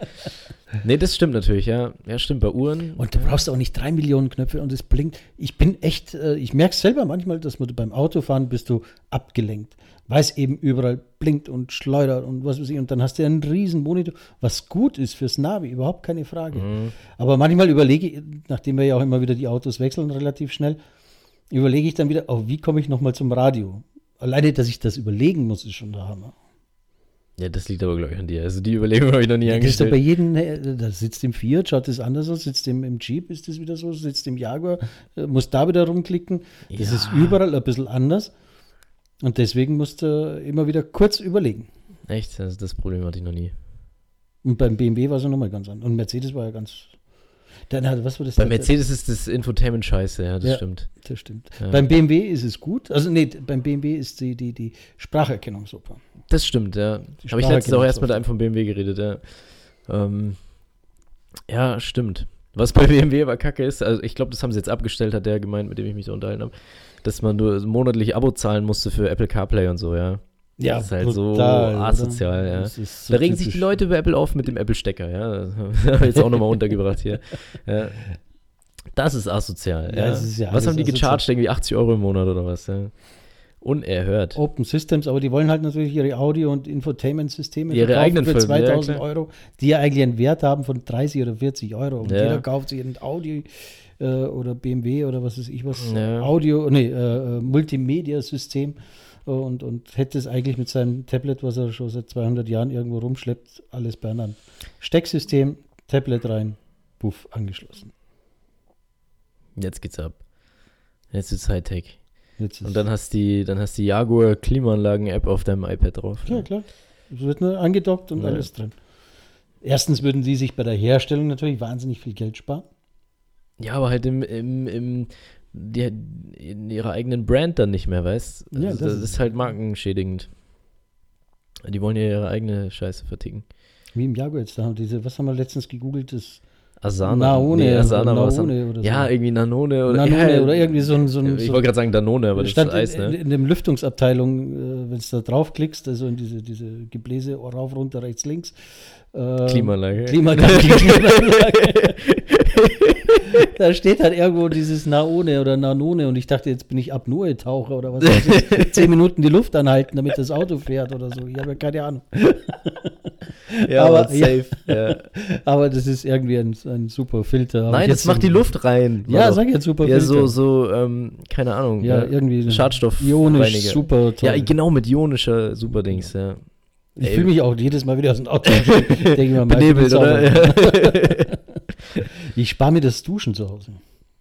[SPEAKER 2] nee, das stimmt natürlich, ja. Ja, stimmt, bei Uhren.
[SPEAKER 1] Und du brauchst auch nicht drei Millionen Knöpfe und es blinkt. Ich bin echt, äh, ich merke selber manchmal, dass man beim Autofahren bist du abgelenkt, weil es eben überall blinkt und schleudert und was weiß ich. Und dann hast du einen riesen Monitor, was gut ist fürs Navi, überhaupt keine Frage. Aber manchmal überlege ich, nachdem wir ja auch immer wieder die Autos wechseln relativ schnell, überlege ich dann wieder, oh, wie komme ich nochmal zum Radio? Alleine, dass ich das überlegen muss, ist schon der Hammer.
[SPEAKER 2] ja, das liegt aber, glaube ich, an dir. Also die Überlegung habe ich noch nie
[SPEAKER 1] Das ist doch bei jedem,
[SPEAKER 2] angestellt.
[SPEAKER 1] äh, da sitzt im Fiat, schaut das anders aus, sitzt im, im Jeep, ist das wieder so, sitzt im Jaguar, äh, muss da wieder rumklicken. Das
[SPEAKER 2] Ja.
[SPEAKER 1] ist überall ein bisschen anders. Und deswegen musst du immer wieder kurz überlegen.
[SPEAKER 2] Echt, also das Problem hatte ich noch nie.
[SPEAKER 1] Und beim BMW war es ja nochmal ganz anders. Und Mercedes war ja ganz. Da, na, was war das?
[SPEAKER 2] Bei
[SPEAKER 1] Da-
[SPEAKER 2] Mercedes ist das Infotainment scheiße, ja, das
[SPEAKER 1] Ja.
[SPEAKER 2] stimmt.
[SPEAKER 1] Das stimmt.
[SPEAKER 2] Ja.
[SPEAKER 1] Beim BMW ist es gut. Also, nee, beim BMW ist die, die, die Spracherkennung super.
[SPEAKER 2] Das stimmt, ja.
[SPEAKER 1] Die
[SPEAKER 2] Habe ich
[SPEAKER 1] Sprache
[SPEAKER 2] letztens auch
[SPEAKER 1] geht
[SPEAKER 2] erst
[SPEAKER 1] nicht
[SPEAKER 2] mit
[SPEAKER 1] so.
[SPEAKER 2] einem vom BMW geredet, ja. Ähm, ja, stimmt. Was bei BMW aber kacke ist, also ich glaube, das haben sie jetzt abgestellt, hat der gemeint, mit dem ich mich so unterhalten habe, dass man nur monatlich Abo zahlen musste für Apple CarPlay und so, ja. Das ist halt so
[SPEAKER 1] oder?
[SPEAKER 2] asozial, ja.
[SPEAKER 1] Das ist so
[SPEAKER 2] da regen sich die
[SPEAKER 1] typisch.
[SPEAKER 2] Leute über Apple auf mit dem Apple-Stecker, ja. jetzt auch nochmal untergebracht hier. Ja. Das ist asozial,
[SPEAKER 1] Ja,
[SPEAKER 2] ja.
[SPEAKER 1] es ist ja alles
[SPEAKER 2] was haben die
[SPEAKER 1] asozial.
[SPEAKER 2] gecharged? Irgendwie 80 Euro im Monat oder was, ja. Unerhört.
[SPEAKER 1] Open Systems, aber die wollen halt natürlich ihre Audio- und Infotainment-Systeme
[SPEAKER 2] Ihre
[SPEAKER 1] verkaufen
[SPEAKER 2] eigenen
[SPEAKER 1] für
[SPEAKER 2] Firmen, ja,
[SPEAKER 1] 2000
[SPEAKER 2] klar.
[SPEAKER 1] Euro, die ja eigentlich einen Wert haben von 30 oder 40 Euro. Und
[SPEAKER 2] Ja.
[SPEAKER 1] jeder kauft sich ein Audi äh, oder BMW oder was weiß ich was,
[SPEAKER 2] Ja.
[SPEAKER 1] Audio, nee, äh, äh, Multimedia-System äh, und, und hätte es eigentlich mit seinem Tablet, was er schon seit 200 Jahren irgendwo rumschleppt, alles beieinander. Stecksystem, Tablet rein, puff, angeschlossen.
[SPEAKER 2] Jetzt geht's ab. Jetzt ist Hightech.
[SPEAKER 1] Jetzt ist
[SPEAKER 2] Und dann hast die, dann hast die Jaguar Klimaanlagen App auf deinem iPad drauf.
[SPEAKER 1] Klar, klar. Es wird nur angedockt und
[SPEAKER 2] Ja.
[SPEAKER 1] alles drin. Erstens würden sie sich bei der Herstellung natürlich wahnsinnig viel Geld sparen.
[SPEAKER 2] Ja, aber halt im, im, im die, in ihrer eigenen Brand dann nicht mehr, weißt? Also
[SPEAKER 1] Ja,
[SPEAKER 2] das,
[SPEAKER 1] das
[SPEAKER 2] ist,
[SPEAKER 1] ist-
[SPEAKER 2] halt markenschädigend. Die wollen ja ihre eigene Scheiße verticken.
[SPEAKER 1] Wie im Jaguar jetzt, da haben diese, was haben wir letztens gegoogelt, das
[SPEAKER 2] Asana.
[SPEAKER 1] Naone
[SPEAKER 2] nee,
[SPEAKER 1] oder
[SPEAKER 2] Asana war was
[SPEAKER 1] Naone
[SPEAKER 2] an-
[SPEAKER 1] oder so.
[SPEAKER 2] Ja, irgendwie Nanone oder,
[SPEAKER 1] Nanone
[SPEAKER 2] ja,
[SPEAKER 1] oder irgendwie so ein, so ein
[SPEAKER 2] Ich
[SPEAKER 1] so
[SPEAKER 2] wollte gerade sagen Danone, aber das ist
[SPEAKER 1] stand
[SPEAKER 2] Eis,
[SPEAKER 1] in,
[SPEAKER 2] ne?
[SPEAKER 1] in, in dem Lüftungsabteilung, äh, wenn du da draufklickst, also in diese, diese Gebläse rauf, runter, rechts, links. Äh,
[SPEAKER 2] Klimaanlage.
[SPEAKER 1] Klima Klimaanlage. da steht halt irgendwo dieses Naone oder Nanone und ich dachte, jetzt bin ich Apnoe-Taucher oder was weiß ich. Zehn Minuten die Luft anhalten, damit das Auto fährt oder so. Ich habe ja keine Ahnung.
[SPEAKER 2] ja,
[SPEAKER 1] aber-
[SPEAKER 2] aber safe. Ja.
[SPEAKER 1] Aber das ist irgendwie ein, ein super Filter. Aber
[SPEAKER 2] Nein, jetzt
[SPEAKER 1] trotzdem-
[SPEAKER 2] macht die Luft rein.
[SPEAKER 1] Ja,
[SPEAKER 2] War
[SPEAKER 1] sag jetzt super
[SPEAKER 2] Ja, so, so, ähm, keine Ahnung.
[SPEAKER 1] ja, irgendwie
[SPEAKER 2] Schadstoff.
[SPEAKER 1] Ionisch, super toll.
[SPEAKER 2] Ja, genau, mit ionischer Superdings, ja.
[SPEAKER 1] ich
[SPEAKER 2] ey.
[SPEAKER 1] fühle mich auch jedes Mal wieder aus dem Auto. Denke ich mir, Michael,
[SPEAKER 2] Benebelt,
[SPEAKER 1] sauber.
[SPEAKER 2] oder? Ja.
[SPEAKER 1] Ich spare mir das Duschen zu Hause.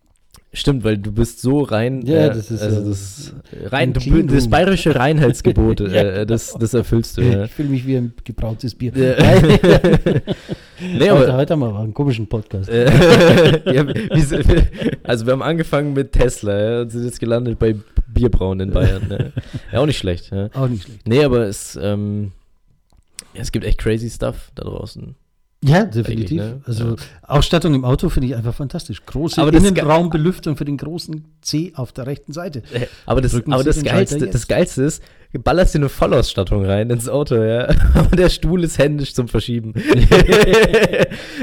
[SPEAKER 2] Stimmt, weil du bist so rein.
[SPEAKER 1] Ja,
[SPEAKER 2] äh,
[SPEAKER 1] das ist,
[SPEAKER 2] Also
[SPEAKER 1] äh,
[SPEAKER 2] das, rein,
[SPEAKER 1] ein
[SPEAKER 2] du,
[SPEAKER 1] Clean
[SPEAKER 2] das
[SPEAKER 1] Room.
[SPEAKER 2] bayerische Reinheitsgebot,
[SPEAKER 1] Ja,
[SPEAKER 2] äh, das, das erfüllst du, ja.
[SPEAKER 1] Ich fühle mich wie ein gebrautes Bier.
[SPEAKER 2] Ja. nee,
[SPEAKER 1] heute,
[SPEAKER 2] aber,
[SPEAKER 1] heute haben wir aber einen komischen Podcast.
[SPEAKER 2] äh, ja, wieso- also wir haben angefangen mit Tesla ja, und sind jetzt gelandet bei Bierbrauen in Bayern. Ne? Ja, auch nicht schlecht. Ja.
[SPEAKER 1] Auch nicht schlecht.
[SPEAKER 2] Nee, aber es, ähm, ja, es gibt echt crazy stuff da draußen.
[SPEAKER 1] Ja, definitiv.
[SPEAKER 2] Eigentlich, ne?
[SPEAKER 1] Also Ausstattung im Auto finde ich einfach fantastisch. Große
[SPEAKER 2] Aber das
[SPEAKER 1] Innenraumbelüftung für den großen C auf der rechten Seite.
[SPEAKER 2] Aber das,
[SPEAKER 1] Drücken
[SPEAKER 2] aber
[SPEAKER 1] Sie
[SPEAKER 2] das,
[SPEAKER 1] den Schalter
[SPEAKER 2] geilste, das
[SPEAKER 1] jetzt.
[SPEAKER 2] geilste ist, ballerst dir eine Vollausstattung rein ins Auto, ja. Und der Stuhl ist händisch zum Verschieben.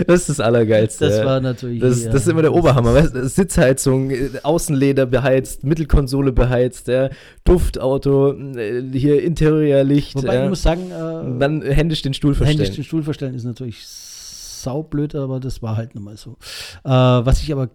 [SPEAKER 2] das ist das Allergeilste.
[SPEAKER 1] Das
[SPEAKER 2] ja.
[SPEAKER 1] war äh, natürlich.
[SPEAKER 2] Das,
[SPEAKER 1] ja,
[SPEAKER 2] das ist immer der Oberhammer. Weißt, du? Sitzheizung, äh, Außenleder beheizt, Mittelkonsole beheizt, ja, Duftauto, äh, hier Interiorlicht.
[SPEAKER 1] Wobei
[SPEAKER 2] ja.
[SPEAKER 1] ich muss sagen, äh,
[SPEAKER 2] Und dann händisch den Stuhl verstellen.
[SPEAKER 1] Händisch den Stuhl verstellen ist natürlich saublöd, aber das war halt nun mal so. Äh, was ich aber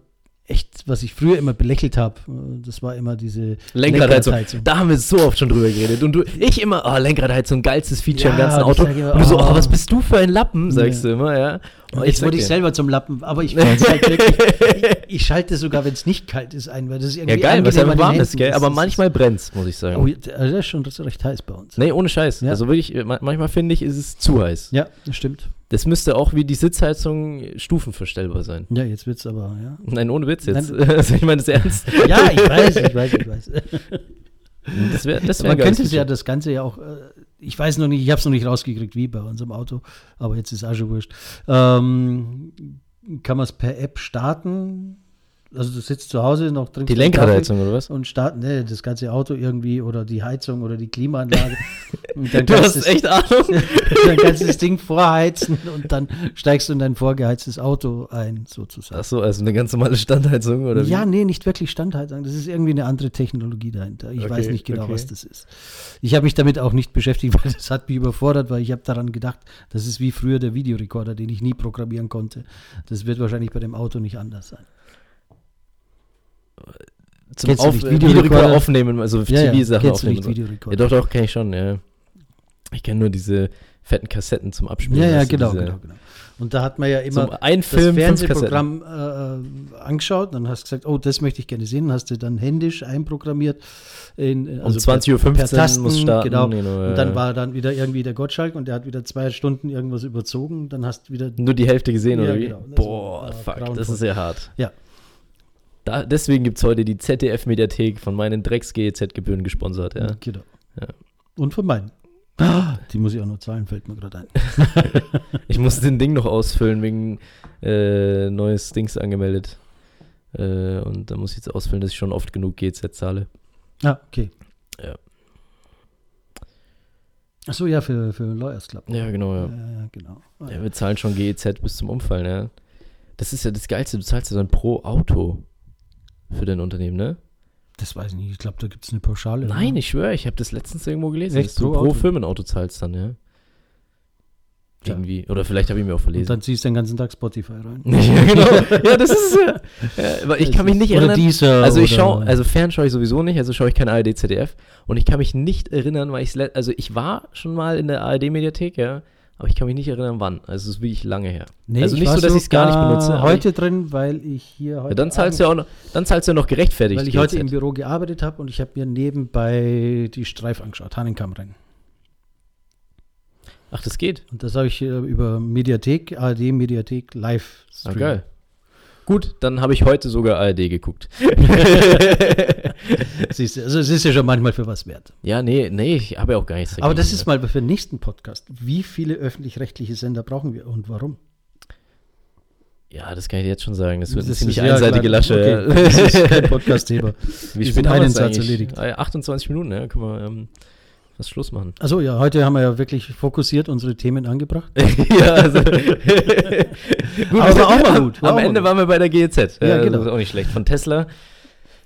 [SPEAKER 1] echt, was ich früher immer belächelt habe, äh, das war immer diese
[SPEAKER 2] Lenkradheizung. Da haben wir so oft schon drüber geredet. Und du, ich immer, oh, Lenkradheizung, geilstes Feature
[SPEAKER 1] Ja,
[SPEAKER 2] im ganzen
[SPEAKER 1] das
[SPEAKER 2] Auto.
[SPEAKER 1] sag ich immer,
[SPEAKER 2] und du so, oh,
[SPEAKER 1] oh.
[SPEAKER 2] was bist du für ein Lappen, sagst
[SPEAKER 1] Ja.
[SPEAKER 2] du immer, ja. Oh,
[SPEAKER 1] Jetzt
[SPEAKER 2] sag
[SPEAKER 1] wurde
[SPEAKER 2] dir.
[SPEAKER 1] ich selber zum Lappen, aber ich, find's halt wirklich, ich, ich schalte sogar, wenn es nicht kalt ist, ein, weil das ist
[SPEAKER 2] Ja,
[SPEAKER 1] irgendwie
[SPEAKER 2] geil, was
[SPEAKER 1] angenehm an
[SPEAKER 2] einfach
[SPEAKER 1] den
[SPEAKER 2] warm ist,
[SPEAKER 1] Händen.
[SPEAKER 2] gell?
[SPEAKER 1] Das
[SPEAKER 2] Aber
[SPEAKER 1] ist-
[SPEAKER 2] manchmal brennt's, muss ich sagen.
[SPEAKER 1] Oh, das ist schon recht heiß bei uns.
[SPEAKER 2] Nee, ohne Scheiß.
[SPEAKER 1] Ja.
[SPEAKER 2] Also wirklich, ma- manchmal finde ich, ist es zu heiß.
[SPEAKER 1] Ja, das stimmt.
[SPEAKER 2] Das müsste auch wie die Sitzheizung stufenverstellbar sein.
[SPEAKER 1] Ja, jetzt wird's aber, ja.
[SPEAKER 2] Nein, ohne Witz jetzt. Also ich meine das ernst.
[SPEAKER 1] Ja, ich weiß, ich weiß, ich weiß.
[SPEAKER 2] Das wäre das wär
[SPEAKER 1] Man
[SPEAKER 2] ein geiles
[SPEAKER 1] könnte es ja
[SPEAKER 2] Feature.
[SPEAKER 1] das Ganze ja auch, äh, ich weiß noch nicht, ich habe es noch nicht rausgekriegt, wie bei unserem Auto, aber jetzt ist auch schon wurscht. Ähm, kann man es per App starten? Also du sitzt zu Hause noch drin.
[SPEAKER 2] Die Lenkradheizung oder was?
[SPEAKER 1] Und starten, ne, das ganze Auto irgendwie oder die Heizung oder die Klimaanlage. Und dann
[SPEAKER 2] Du
[SPEAKER 1] kannst
[SPEAKER 2] hast
[SPEAKER 1] es-
[SPEAKER 2] echt Ahnung.
[SPEAKER 1] Dann kannst du das Ding vorheizen und dann steigst du in dein vorgeheiztes Auto ein, sozusagen.
[SPEAKER 2] Ach so, also eine ganz normale Standheizung oder wie?
[SPEAKER 1] ja, nee, nicht wirklich Standheizung. Das ist irgendwie eine andere Technologie dahinter. Ich
[SPEAKER 2] Okay,
[SPEAKER 1] weiß nicht genau,
[SPEAKER 2] okay.
[SPEAKER 1] was das ist. Ich habe mich damit auch nicht beschäftigt, weil das hat mich überfordert, weil ich habe daran gedacht, das ist wie früher der Videorekorder, den ich nie programmieren konnte. Das wird wahrscheinlich bei dem Auto nicht anders sein.
[SPEAKER 2] zum
[SPEAKER 1] Kennst du
[SPEAKER 2] auf,
[SPEAKER 1] nicht?
[SPEAKER 2] Videorekorder
[SPEAKER 1] Videorekorder-
[SPEAKER 2] aufnehmen, also
[SPEAKER 1] Ja, ja,
[SPEAKER 2] TV-Sachen
[SPEAKER 1] kennst du
[SPEAKER 2] aufnehmen.
[SPEAKER 1] nicht
[SPEAKER 2] und so. Ja,
[SPEAKER 1] Videorekorder?
[SPEAKER 2] doch, doch, kenne ich schon, ja. Ich kenne nur diese fetten Kassetten zum Abspielen.
[SPEAKER 1] ja, ja,
[SPEAKER 2] weißt du,
[SPEAKER 1] genau,
[SPEAKER 2] diese-
[SPEAKER 1] genau, genau. Und da hat man ja immer
[SPEAKER 2] Zum ein
[SPEAKER 1] das
[SPEAKER 2] Film, fünf Kassetten.
[SPEAKER 1] Fernsehprogramm äh, angeschaut, dann hast du gesagt, oh, das möchte ich gerne sehen, hast du dann händisch einprogrammiert. In, äh, also
[SPEAKER 2] Um 20.15 Uhr muss starten.
[SPEAKER 1] Genau.
[SPEAKER 2] genau, ja.
[SPEAKER 1] Und dann war dann wieder irgendwie der Gottschalk und der hat wieder zwei Stunden irgendwas überzogen. Dann hast du wieder.
[SPEAKER 2] Nur die Hälfte gesehen,
[SPEAKER 1] Ja,
[SPEAKER 2] oder wie?
[SPEAKER 1] genau. Das
[SPEAKER 2] Boah,
[SPEAKER 1] war
[SPEAKER 2] fuck, das
[SPEAKER 1] grauenvoll.
[SPEAKER 2] ist ja hart.
[SPEAKER 1] Ja.
[SPEAKER 2] Da, deswegen gibt es heute die ZDF-Mediathek von meinen Drecks-GEZ-Gebühren gesponsert, ja.
[SPEAKER 1] Genau.
[SPEAKER 2] Ja.
[SPEAKER 1] Und von meinen. Ah, Die muss ich auch noch zahlen, fällt mir gerade ein.
[SPEAKER 2] Ich muss den Ding noch ausfüllen wegen äh, neues Dings angemeldet. Äh, und da muss ich jetzt ausfüllen, dass ich schon oft genug GZ zahle.
[SPEAKER 1] Ah, okay.
[SPEAKER 2] Ja.
[SPEAKER 1] Achso, ja, für, für Lawyers Club.
[SPEAKER 2] Ja, genau, ja.
[SPEAKER 1] ja, ja, genau. Ah,
[SPEAKER 2] Ja, wir zahlen schon GEZ bis zum Umfallen, ja. Das ist ja das Geilste, du zahlst ja dann pro Auto für dein Unternehmen, ne?
[SPEAKER 1] Das weiß ich nicht. Ich glaube, da gibt es eine Pauschale.
[SPEAKER 2] Nein,
[SPEAKER 1] oder?
[SPEAKER 2] ich schwöre, ich habe das letztens irgendwo gelesen,
[SPEAKER 1] Echt?
[SPEAKER 2] dass du
[SPEAKER 1] Pro
[SPEAKER 2] pro
[SPEAKER 1] Auto?
[SPEAKER 2] Firmenauto zahlst dann, ja.
[SPEAKER 1] Tja.
[SPEAKER 2] Irgendwie. Oder vielleicht habe ich mir auch
[SPEAKER 1] Und
[SPEAKER 2] verlesen.
[SPEAKER 1] dann ziehst du den ganzen Tag Spotify rein.
[SPEAKER 2] ja, genau. Ja, das ist ja. ja aber ich kann mich nicht
[SPEAKER 1] Also oder
[SPEAKER 2] erinnern.
[SPEAKER 1] Dieser,
[SPEAKER 2] Also ich
[SPEAKER 1] oder-
[SPEAKER 2] schaue, also fern schaue ich sowieso nicht, also schaue ich kein ARD, ZDF und ich kann mich nicht erinnern, weil ich also ich war schon mal in der ARD-Mediathek, ja, aber ich kann mich nicht erinnern, wann. Also es ist wirklich lange her.
[SPEAKER 1] Nee,
[SPEAKER 2] also
[SPEAKER 1] ich
[SPEAKER 2] nicht
[SPEAKER 1] war
[SPEAKER 2] so, dass ich es gar nicht
[SPEAKER 1] sogar
[SPEAKER 2] benutze. aber
[SPEAKER 1] Heute drin, weil ich hier heute.
[SPEAKER 2] Ja, dann zahlst
[SPEAKER 1] Abend-
[SPEAKER 2] du ja auch noch, dann zahlst du ja noch gerechtfertigt.
[SPEAKER 1] Weil ich
[SPEAKER 2] GZ.
[SPEAKER 1] heute im Büro gearbeitet habe und ich habe mir nebenbei die Streif angeschaut, Hannenkammrennen.
[SPEAKER 2] Ach, das geht.
[SPEAKER 1] Und das habe ich äh, über Mediathek, ARD Mediathek live
[SPEAKER 2] Ah,
[SPEAKER 1] streamen.
[SPEAKER 2] geil. Gut, dann habe ich heute sogar ARD geguckt.
[SPEAKER 1] Siehst du, also es ist ja schon manchmal für was wert.
[SPEAKER 2] ja, nee, nee, ich habe ja auch gar nichts.
[SPEAKER 1] Aber das
[SPEAKER 2] dagegen,
[SPEAKER 1] ist mal für den nächsten Podcast. Wie viele öffentlich-rechtliche Sender brauchen wir und warum?
[SPEAKER 2] ja. ja, das kann ich jetzt schon sagen. Das wird
[SPEAKER 1] Das
[SPEAKER 2] eine
[SPEAKER 1] ist-
[SPEAKER 2] ziemlich
[SPEAKER 1] ja,
[SPEAKER 2] einseitige
[SPEAKER 1] klar.
[SPEAKER 2] Lasche.
[SPEAKER 1] Okay,
[SPEAKER 2] ja.
[SPEAKER 1] Das ist kein Podcast-Thema. Wir
[SPEAKER 2] Wie spät
[SPEAKER 1] sind
[SPEAKER 2] haben wir
[SPEAKER 1] einen
[SPEAKER 2] das
[SPEAKER 1] Satz
[SPEAKER 2] eigentlich?
[SPEAKER 1] erledigt.
[SPEAKER 2] Ah, ja, 28 Minuten, ja, können wir ähm, was Schluss machen.
[SPEAKER 1] Also ja, heute haben wir ja wirklich fokussiert unsere Themen angebracht.
[SPEAKER 2] ja, also. gut,
[SPEAKER 1] Aber
[SPEAKER 2] wir-
[SPEAKER 1] auch mal gut, war
[SPEAKER 2] Am
[SPEAKER 1] auch mal
[SPEAKER 2] Ende
[SPEAKER 1] gut.
[SPEAKER 2] waren wir bei der GEZ.
[SPEAKER 1] Ja,
[SPEAKER 2] Äh,
[SPEAKER 1] genau.
[SPEAKER 2] Das ist auch nicht schlecht. Von Tesla.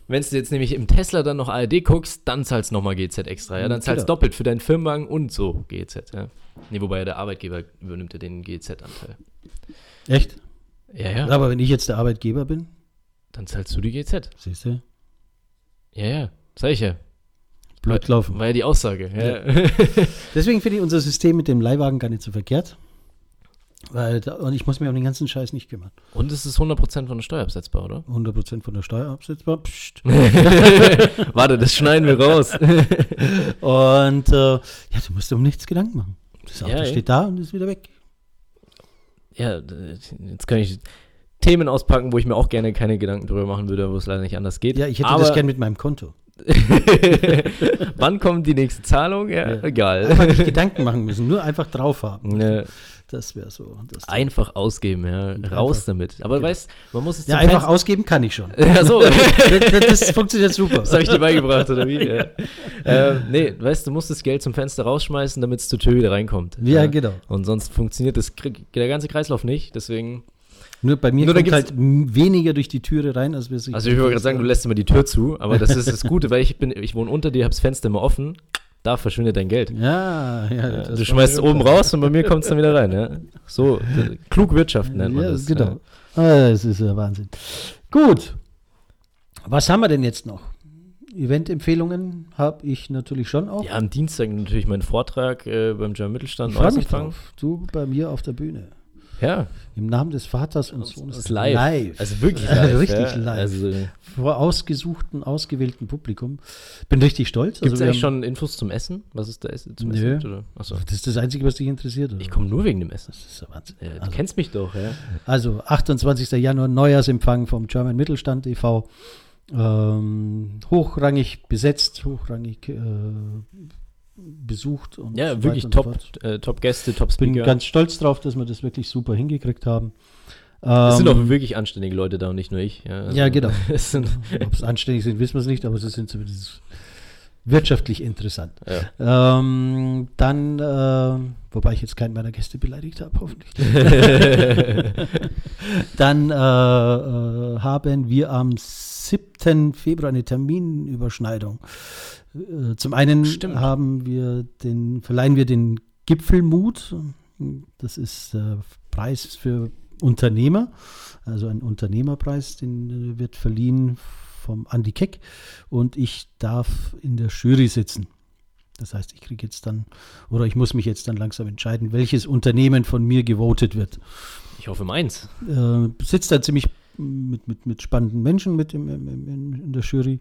[SPEAKER 2] Wenn du jetzt nämlich im Tesla dann noch ARD guckst, dann zahlst du nochmal GEZ extra. Ja? Dann zahlst du
[SPEAKER 1] Genau.
[SPEAKER 2] doppelt für deinen Firmenwagen und so GEZ. Ja? Nee, wobei der Arbeitgeber übernimmt ja den GEZ-Anteil.
[SPEAKER 1] Echt?
[SPEAKER 2] Ja, ja.
[SPEAKER 1] Aber wenn ich jetzt der Arbeitgeber bin,
[SPEAKER 2] Dann zahlst du die GEZ.
[SPEAKER 1] siehst du,
[SPEAKER 2] Ja, ja. Sag ich ja.
[SPEAKER 1] blöd gelaufen.
[SPEAKER 2] War ja die Aussage. Ja.
[SPEAKER 1] Deswegen finde ich unser System mit dem Leihwagen gar nicht so verkehrt. Weil da, und ich muss mich um den ganzen Scheiß nicht kümmern.
[SPEAKER 2] Und es ist 100% von der Steuer absetzbar, oder?
[SPEAKER 1] 100% von der Steuer absetzbar. Psst.
[SPEAKER 2] Warte, das schneiden wir raus.
[SPEAKER 1] Und äh, ja, du musst dir um nichts Gedanken machen. Das Auto
[SPEAKER 2] Ja, ey.
[SPEAKER 1] steht da und ist wieder weg.
[SPEAKER 2] Ja, d- jetzt kann ich Themen auspacken, wo ich mir auch gerne keine Gedanken drüber machen würde, wo es leider nicht anders geht.
[SPEAKER 1] Ja, ich hätte
[SPEAKER 2] aber,
[SPEAKER 1] das gern mit meinem Konto.
[SPEAKER 2] Wann kommt die nächste Zahlung? Ja,
[SPEAKER 1] Ja.
[SPEAKER 2] Egal.
[SPEAKER 1] Einfach nicht Gedanken machen müssen, nur einfach drauf haben.
[SPEAKER 2] Ne,
[SPEAKER 1] Das wäre so. Das
[SPEAKER 2] einfach ausgeben, ja. Raus damit. Aber
[SPEAKER 1] Genau.
[SPEAKER 2] weißt man muss es
[SPEAKER 1] ja,
[SPEAKER 2] zum
[SPEAKER 1] einfach ausgeben kann ich schon.
[SPEAKER 2] Fenster- Ja, so.
[SPEAKER 1] Das, das, das funktioniert super.
[SPEAKER 2] Das habe ich dir beigebracht, oder wie? Ja. Ähm, nee, weißt du, musst das Geld zum Fenster rausschmeißen, damit es zur Tür wieder reinkommt.
[SPEAKER 1] Ja, genau.
[SPEAKER 2] Und sonst funktioniert das, Kri- der ganze Kreislauf nicht. Deswegen,
[SPEAKER 1] Nur bei mir
[SPEAKER 2] Nur da
[SPEAKER 1] kommt
[SPEAKER 2] gibt's-
[SPEAKER 1] halt m- weniger durch die Türe rein, als wir sich.
[SPEAKER 2] also ich würde gerade sagen, du lässt immer die Tür zu, aber das ist das Gute, weil ich bin, ich wohne unter dir, habe das Fenster immer offen, da verschwindet dein Geld.
[SPEAKER 1] Ja, ja.
[SPEAKER 2] Ja,
[SPEAKER 1] das
[SPEAKER 2] du
[SPEAKER 1] war
[SPEAKER 2] schmeißt es
[SPEAKER 1] schon-
[SPEAKER 2] oben raus und bei mir kommt es dann wieder rein. Ja? So, d- klug wirtschaften um, nennt man
[SPEAKER 1] Ja,
[SPEAKER 2] das.
[SPEAKER 1] genau. Ah, das ist ja Wahnsinn. Gut. Was haben wir denn jetzt noch? Event-Empfehlungen habe ich natürlich schon auch.
[SPEAKER 2] Ja. ja, am Dienstag natürlich mein Vortrag äh, beim German Mittelstand.
[SPEAKER 1] ich freue mich
[SPEAKER 2] Neuanfang.
[SPEAKER 1] drauf. Du bei mir auf der Bühne.
[SPEAKER 2] Ja,
[SPEAKER 1] Im Namen des Vaters und Sohnes.
[SPEAKER 2] das ist live. Also wirklich live.
[SPEAKER 1] Richtig
[SPEAKER 2] ja.
[SPEAKER 1] live.
[SPEAKER 2] Also, Gibt
[SPEAKER 1] Vor ausgesuchten, ausgewählten Publikum. Bin richtig stolz. Also
[SPEAKER 2] es
[SPEAKER 1] wir
[SPEAKER 2] eigentlich
[SPEAKER 1] haben-
[SPEAKER 2] schon Infos zum Essen? Was ist da Essen? Zum
[SPEAKER 1] Nö.
[SPEAKER 2] Essen? Oder? Achso.
[SPEAKER 1] Das ist das Einzige, was dich interessiert. Oder?
[SPEAKER 2] Ich komme nur wegen dem Essen.
[SPEAKER 1] das ist ja Wahnsinn.
[SPEAKER 2] Ja, du
[SPEAKER 1] Also-
[SPEAKER 2] kennst mich doch, ja.
[SPEAKER 1] Also 28. Januar, Neujahrsempfang vom German Mittelstand e.V. Ähm, hochrangig besetzt, hochrangig äh, besucht. Und so
[SPEAKER 2] Ja,
[SPEAKER 1] weiter
[SPEAKER 2] wirklich
[SPEAKER 1] und so
[SPEAKER 2] top,
[SPEAKER 1] fort.
[SPEAKER 2] äh, top Gäste, top
[SPEAKER 1] Bin
[SPEAKER 2] Speaker.
[SPEAKER 1] ganz stolz drauf, dass wir das wirklich super hingekriegt haben.
[SPEAKER 2] es sind
[SPEAKER 1] Ähm,
[SPEAKER 2] auch wirklich anständige Leute da und nicht nur ich. Ja, also
[SPEAKER 1] Ja, genau.
[SPEAKER 2] es sind,
[SPEAKER 1] Ob es anständig sind, wissen wir es nicht, aber sie sind zumindest wirtschaftlich interessant.
[SPEAKER 2] ja.
[SPEAKER 1] Ähm, dann, ähm, wobei ich jetzt keinen meiner Gäste beleidigt habe, hoffentlich. Dann äh, äh, haben wir am 7. Februar eine Terminüberschneidung. Äh, zum einen
[SPEAKER 2] Stimmt.
[SPEAKER 1] haben wir den, verleihen wir den Gipfelmut. Das ist äh, Preis für Unternehmer, also ein Unternehmerpreis, den äh, wird verliehen vom Andi Keck. Und ich darf in der Jury sitzen. Das heißt, ich kriege jetzt dann, oder ich muss mich jetzt dann langsam entscheiden, welches Unternehmen von mir gewotet wird
[SPEAKER 2] Ich hoffe meins.
[SPEAKER 1] äh, sitzt da ziemlich mit, mit, mit spannenden Menschen mit im, im, im, in- in der Jury.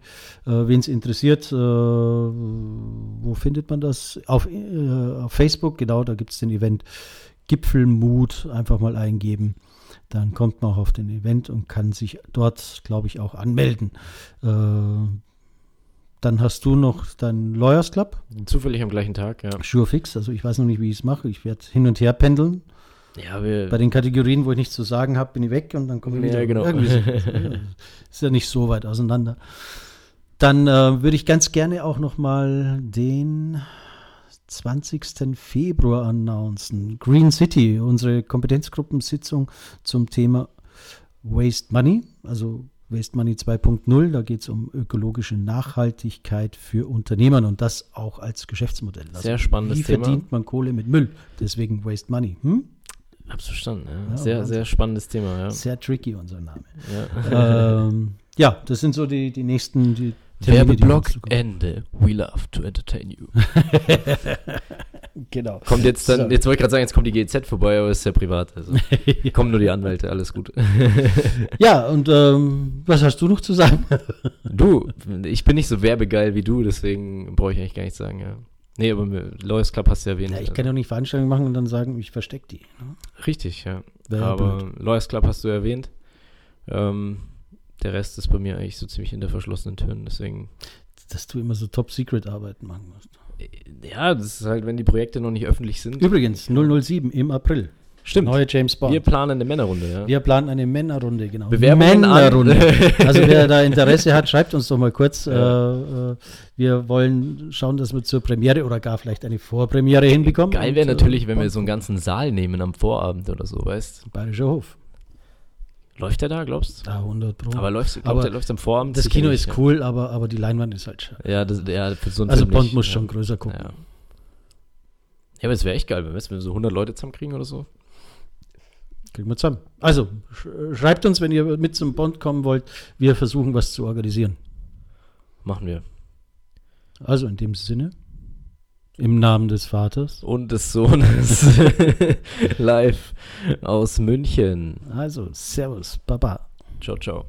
[SPEAKER 1] Äh, Wen es interessiert, äh, wo findet man das? Auf, äh, auf Facebook, genau, da gibt es den Event Gipfelmut, einfach mal eingeben. Dann kommt man auch auf den Event und kann sich dort, glaube ich, auch anmelden. Äh, dann hast du noch deinen Lawyers Club,
[SPEAKER 2] Zufällig am gleichen Tag, ja.
[SPEAKER 1] Surefix. Also ich weiß noch nicht, wie ich es mache. Ich werde hin und her pendeln.
[SPEAKER 2] Ja, wir,
[SPEAKER 1] Bei den Kategorien, wo ich nichts zu sagen habe, bin ich weg und dann komme ich
[SPEAKER 2] Ja,
[SPEAKER 1] wieder.
[SPEAKER 2] genau.
[SPEAKER 1] Irgendwie so. Ja, ist ja nicht so weit auseinander. Dann äh, würde ich ganz gerne auch nochmal den 20. Februar announcen. Green City, unsere Kompetenzgruppensitzung zum Thema Waste Money, also Waste Money 2.0. Da geht es um ökologische Nachhaltigkeit für Unternehmen und das auch als Geschäftsmodell. Also
[SPEAKER 2] Sehr spannendes
[SPEAKER 1] wie
[SPEAKER 2] Thema.
[SPEAKER 1] verdient man Kohle mit Müll? Deswegen Waste Money. Hm?
[SPEAKER 2] Hab's verstanden, ja.
[SPEAKER 1] Ja,
[SPEAKER 2] sehr,
[SPEAKER 1] Wahnsinn.
[SPEAKER 2] sehr spannendes Thema, ja.
[SPEAKER 1] Sehr tricky, unser Name.
[SPEAKER 2] ja.
[SPEAKER 1] ähm, ja, das sind so die, die nächsten. Die Termine, die auf
[SPEAKER 2] Werbeblock
[SPEAKER 1] uns zukommen.
[SPEAKER 2] Ende. We love to entertain you.
[SPEAKER 1] Genau.
[SPEAKER 2] Kommt jetzt dann,
[SPEAKER 1] So.
[SPEAKER 2] jetzt wollte ich gerade sagen, jetzt kommt die GEZ vorbei, aber ist ja privat. Also kommen nur die Anwälte, alles gut.
[SPEAKER 1] Ja, und ähm, was hast du noch zu sagen?
[SPEAKER 2] Du, ich bin nicht so werbegeil wie du, deswegen brauche ich eigentlich gar nichts sagen, ja. Nee, aber mir- Lawyers Club hast du ja erwähnt.
[SPEAKER 1] Ja, ich kann doch nicht Veranstaltungen machen und dann sagen, ich verstecke die. ne?
[SPEAKER 2] Richtig, ja.
[SPEAKER 1] Wäre ja
[SPEAKER 2] aber
[SPEAKER 1] blöd.
[SPEAKER 2] Lawyers Club hast du erwähnt. Ähm, der Rest ist bei mir eigentlich so ziemlich hinter verschlossenen Türen, deswegen
[SPEAKER 1] Dass du immer so Top-Secret-Arbeiten machen musst.
[SPEAKER 2] Ja, das ist halt, wenn die Projekte noch nicht öffentlich sind.
[SPEAKER 1] Übrigens, 007 im April.
[SPEAKER 2] Stimmt.
[SPEAKER 1] Neue James Bond.
[SPEAKER 2] Wir
[SPEAKER 1] Wir,
[SPEAKER 2] planen eine Männerrunde, ja.
[SPEAKER 1] planen eine Männerrunde, genau.
[SPEAKER 2] Bewerbungen an.
[SPEAKER 1] Männerrunde. also wer da Interesse hat, schreibt uns doch mal kurz. Äh,
[SPEAKER 2] Ja.
[SPEAKER 1] äh, wir wollen schauen, dass wir zur Premiere oder gar vielleicht eine Vorpremiere hinbekommen.
[SPEAKER 2] Geil
[SPEAKER 1] Und,
[SPEAKER 2] wäre
[SPEAKER 1] äh,
[SPEAKER 2] natürlich, wenn wir
[SPEAKER 1] Bond-
[SPEAKER 2] so einen ganzen Saal nehmen am Vorabend oder so, weißt
[SPEAKER 1] Bayerischer Hof.
[SPEAKER 2] Läuft der da, glaubst du?
[SPEAKER 1] Da 100 Pro.
[SPEAKER 2] Aber läuft, glaub,
[SPEAKER 1] Aber
[SPEAKER 2] der läuft am Vorabend?
[SPEAKER 1] das Kino
[SPEAKER 2] sicherlich,
[SPEAKER 1] ist cool, aber, aber die Leinwand ist halt schade.
[SPEAKER 2] Ja, ja, das, ja für so einen
[SPEAKER 1] Also
[SPEAKER 2] Film
[SPEAKER 1] Bond
[SPEAKER 2] nicht,
[SPEAKER 1] muss
[SPEAKER 2] ja.
[SPEAKER 1] schon größer gucken.
[SPEAKER 2] Ja. ja, aber es wäre echt geil, wenn wir- wenn wir so 100 Leute zusammenkriegen oder so.
[SPEAKER 1] Kriegen wir zusammen. Also sch schreibt uns, wenn ihr mit zum Bond kommen wollt. Wir versuchen, was zu organisieren.
[SPEAKER 2] Machen wir.
[SPEAKER 1] Also in dem Sinne, im Namen des Vaters.
[SPEAKER 2] Und des Sohnes live aus München.
[SPEAKER 1] Also, Servus, Baba.
[SPEAKER 2] Ciao, ciao.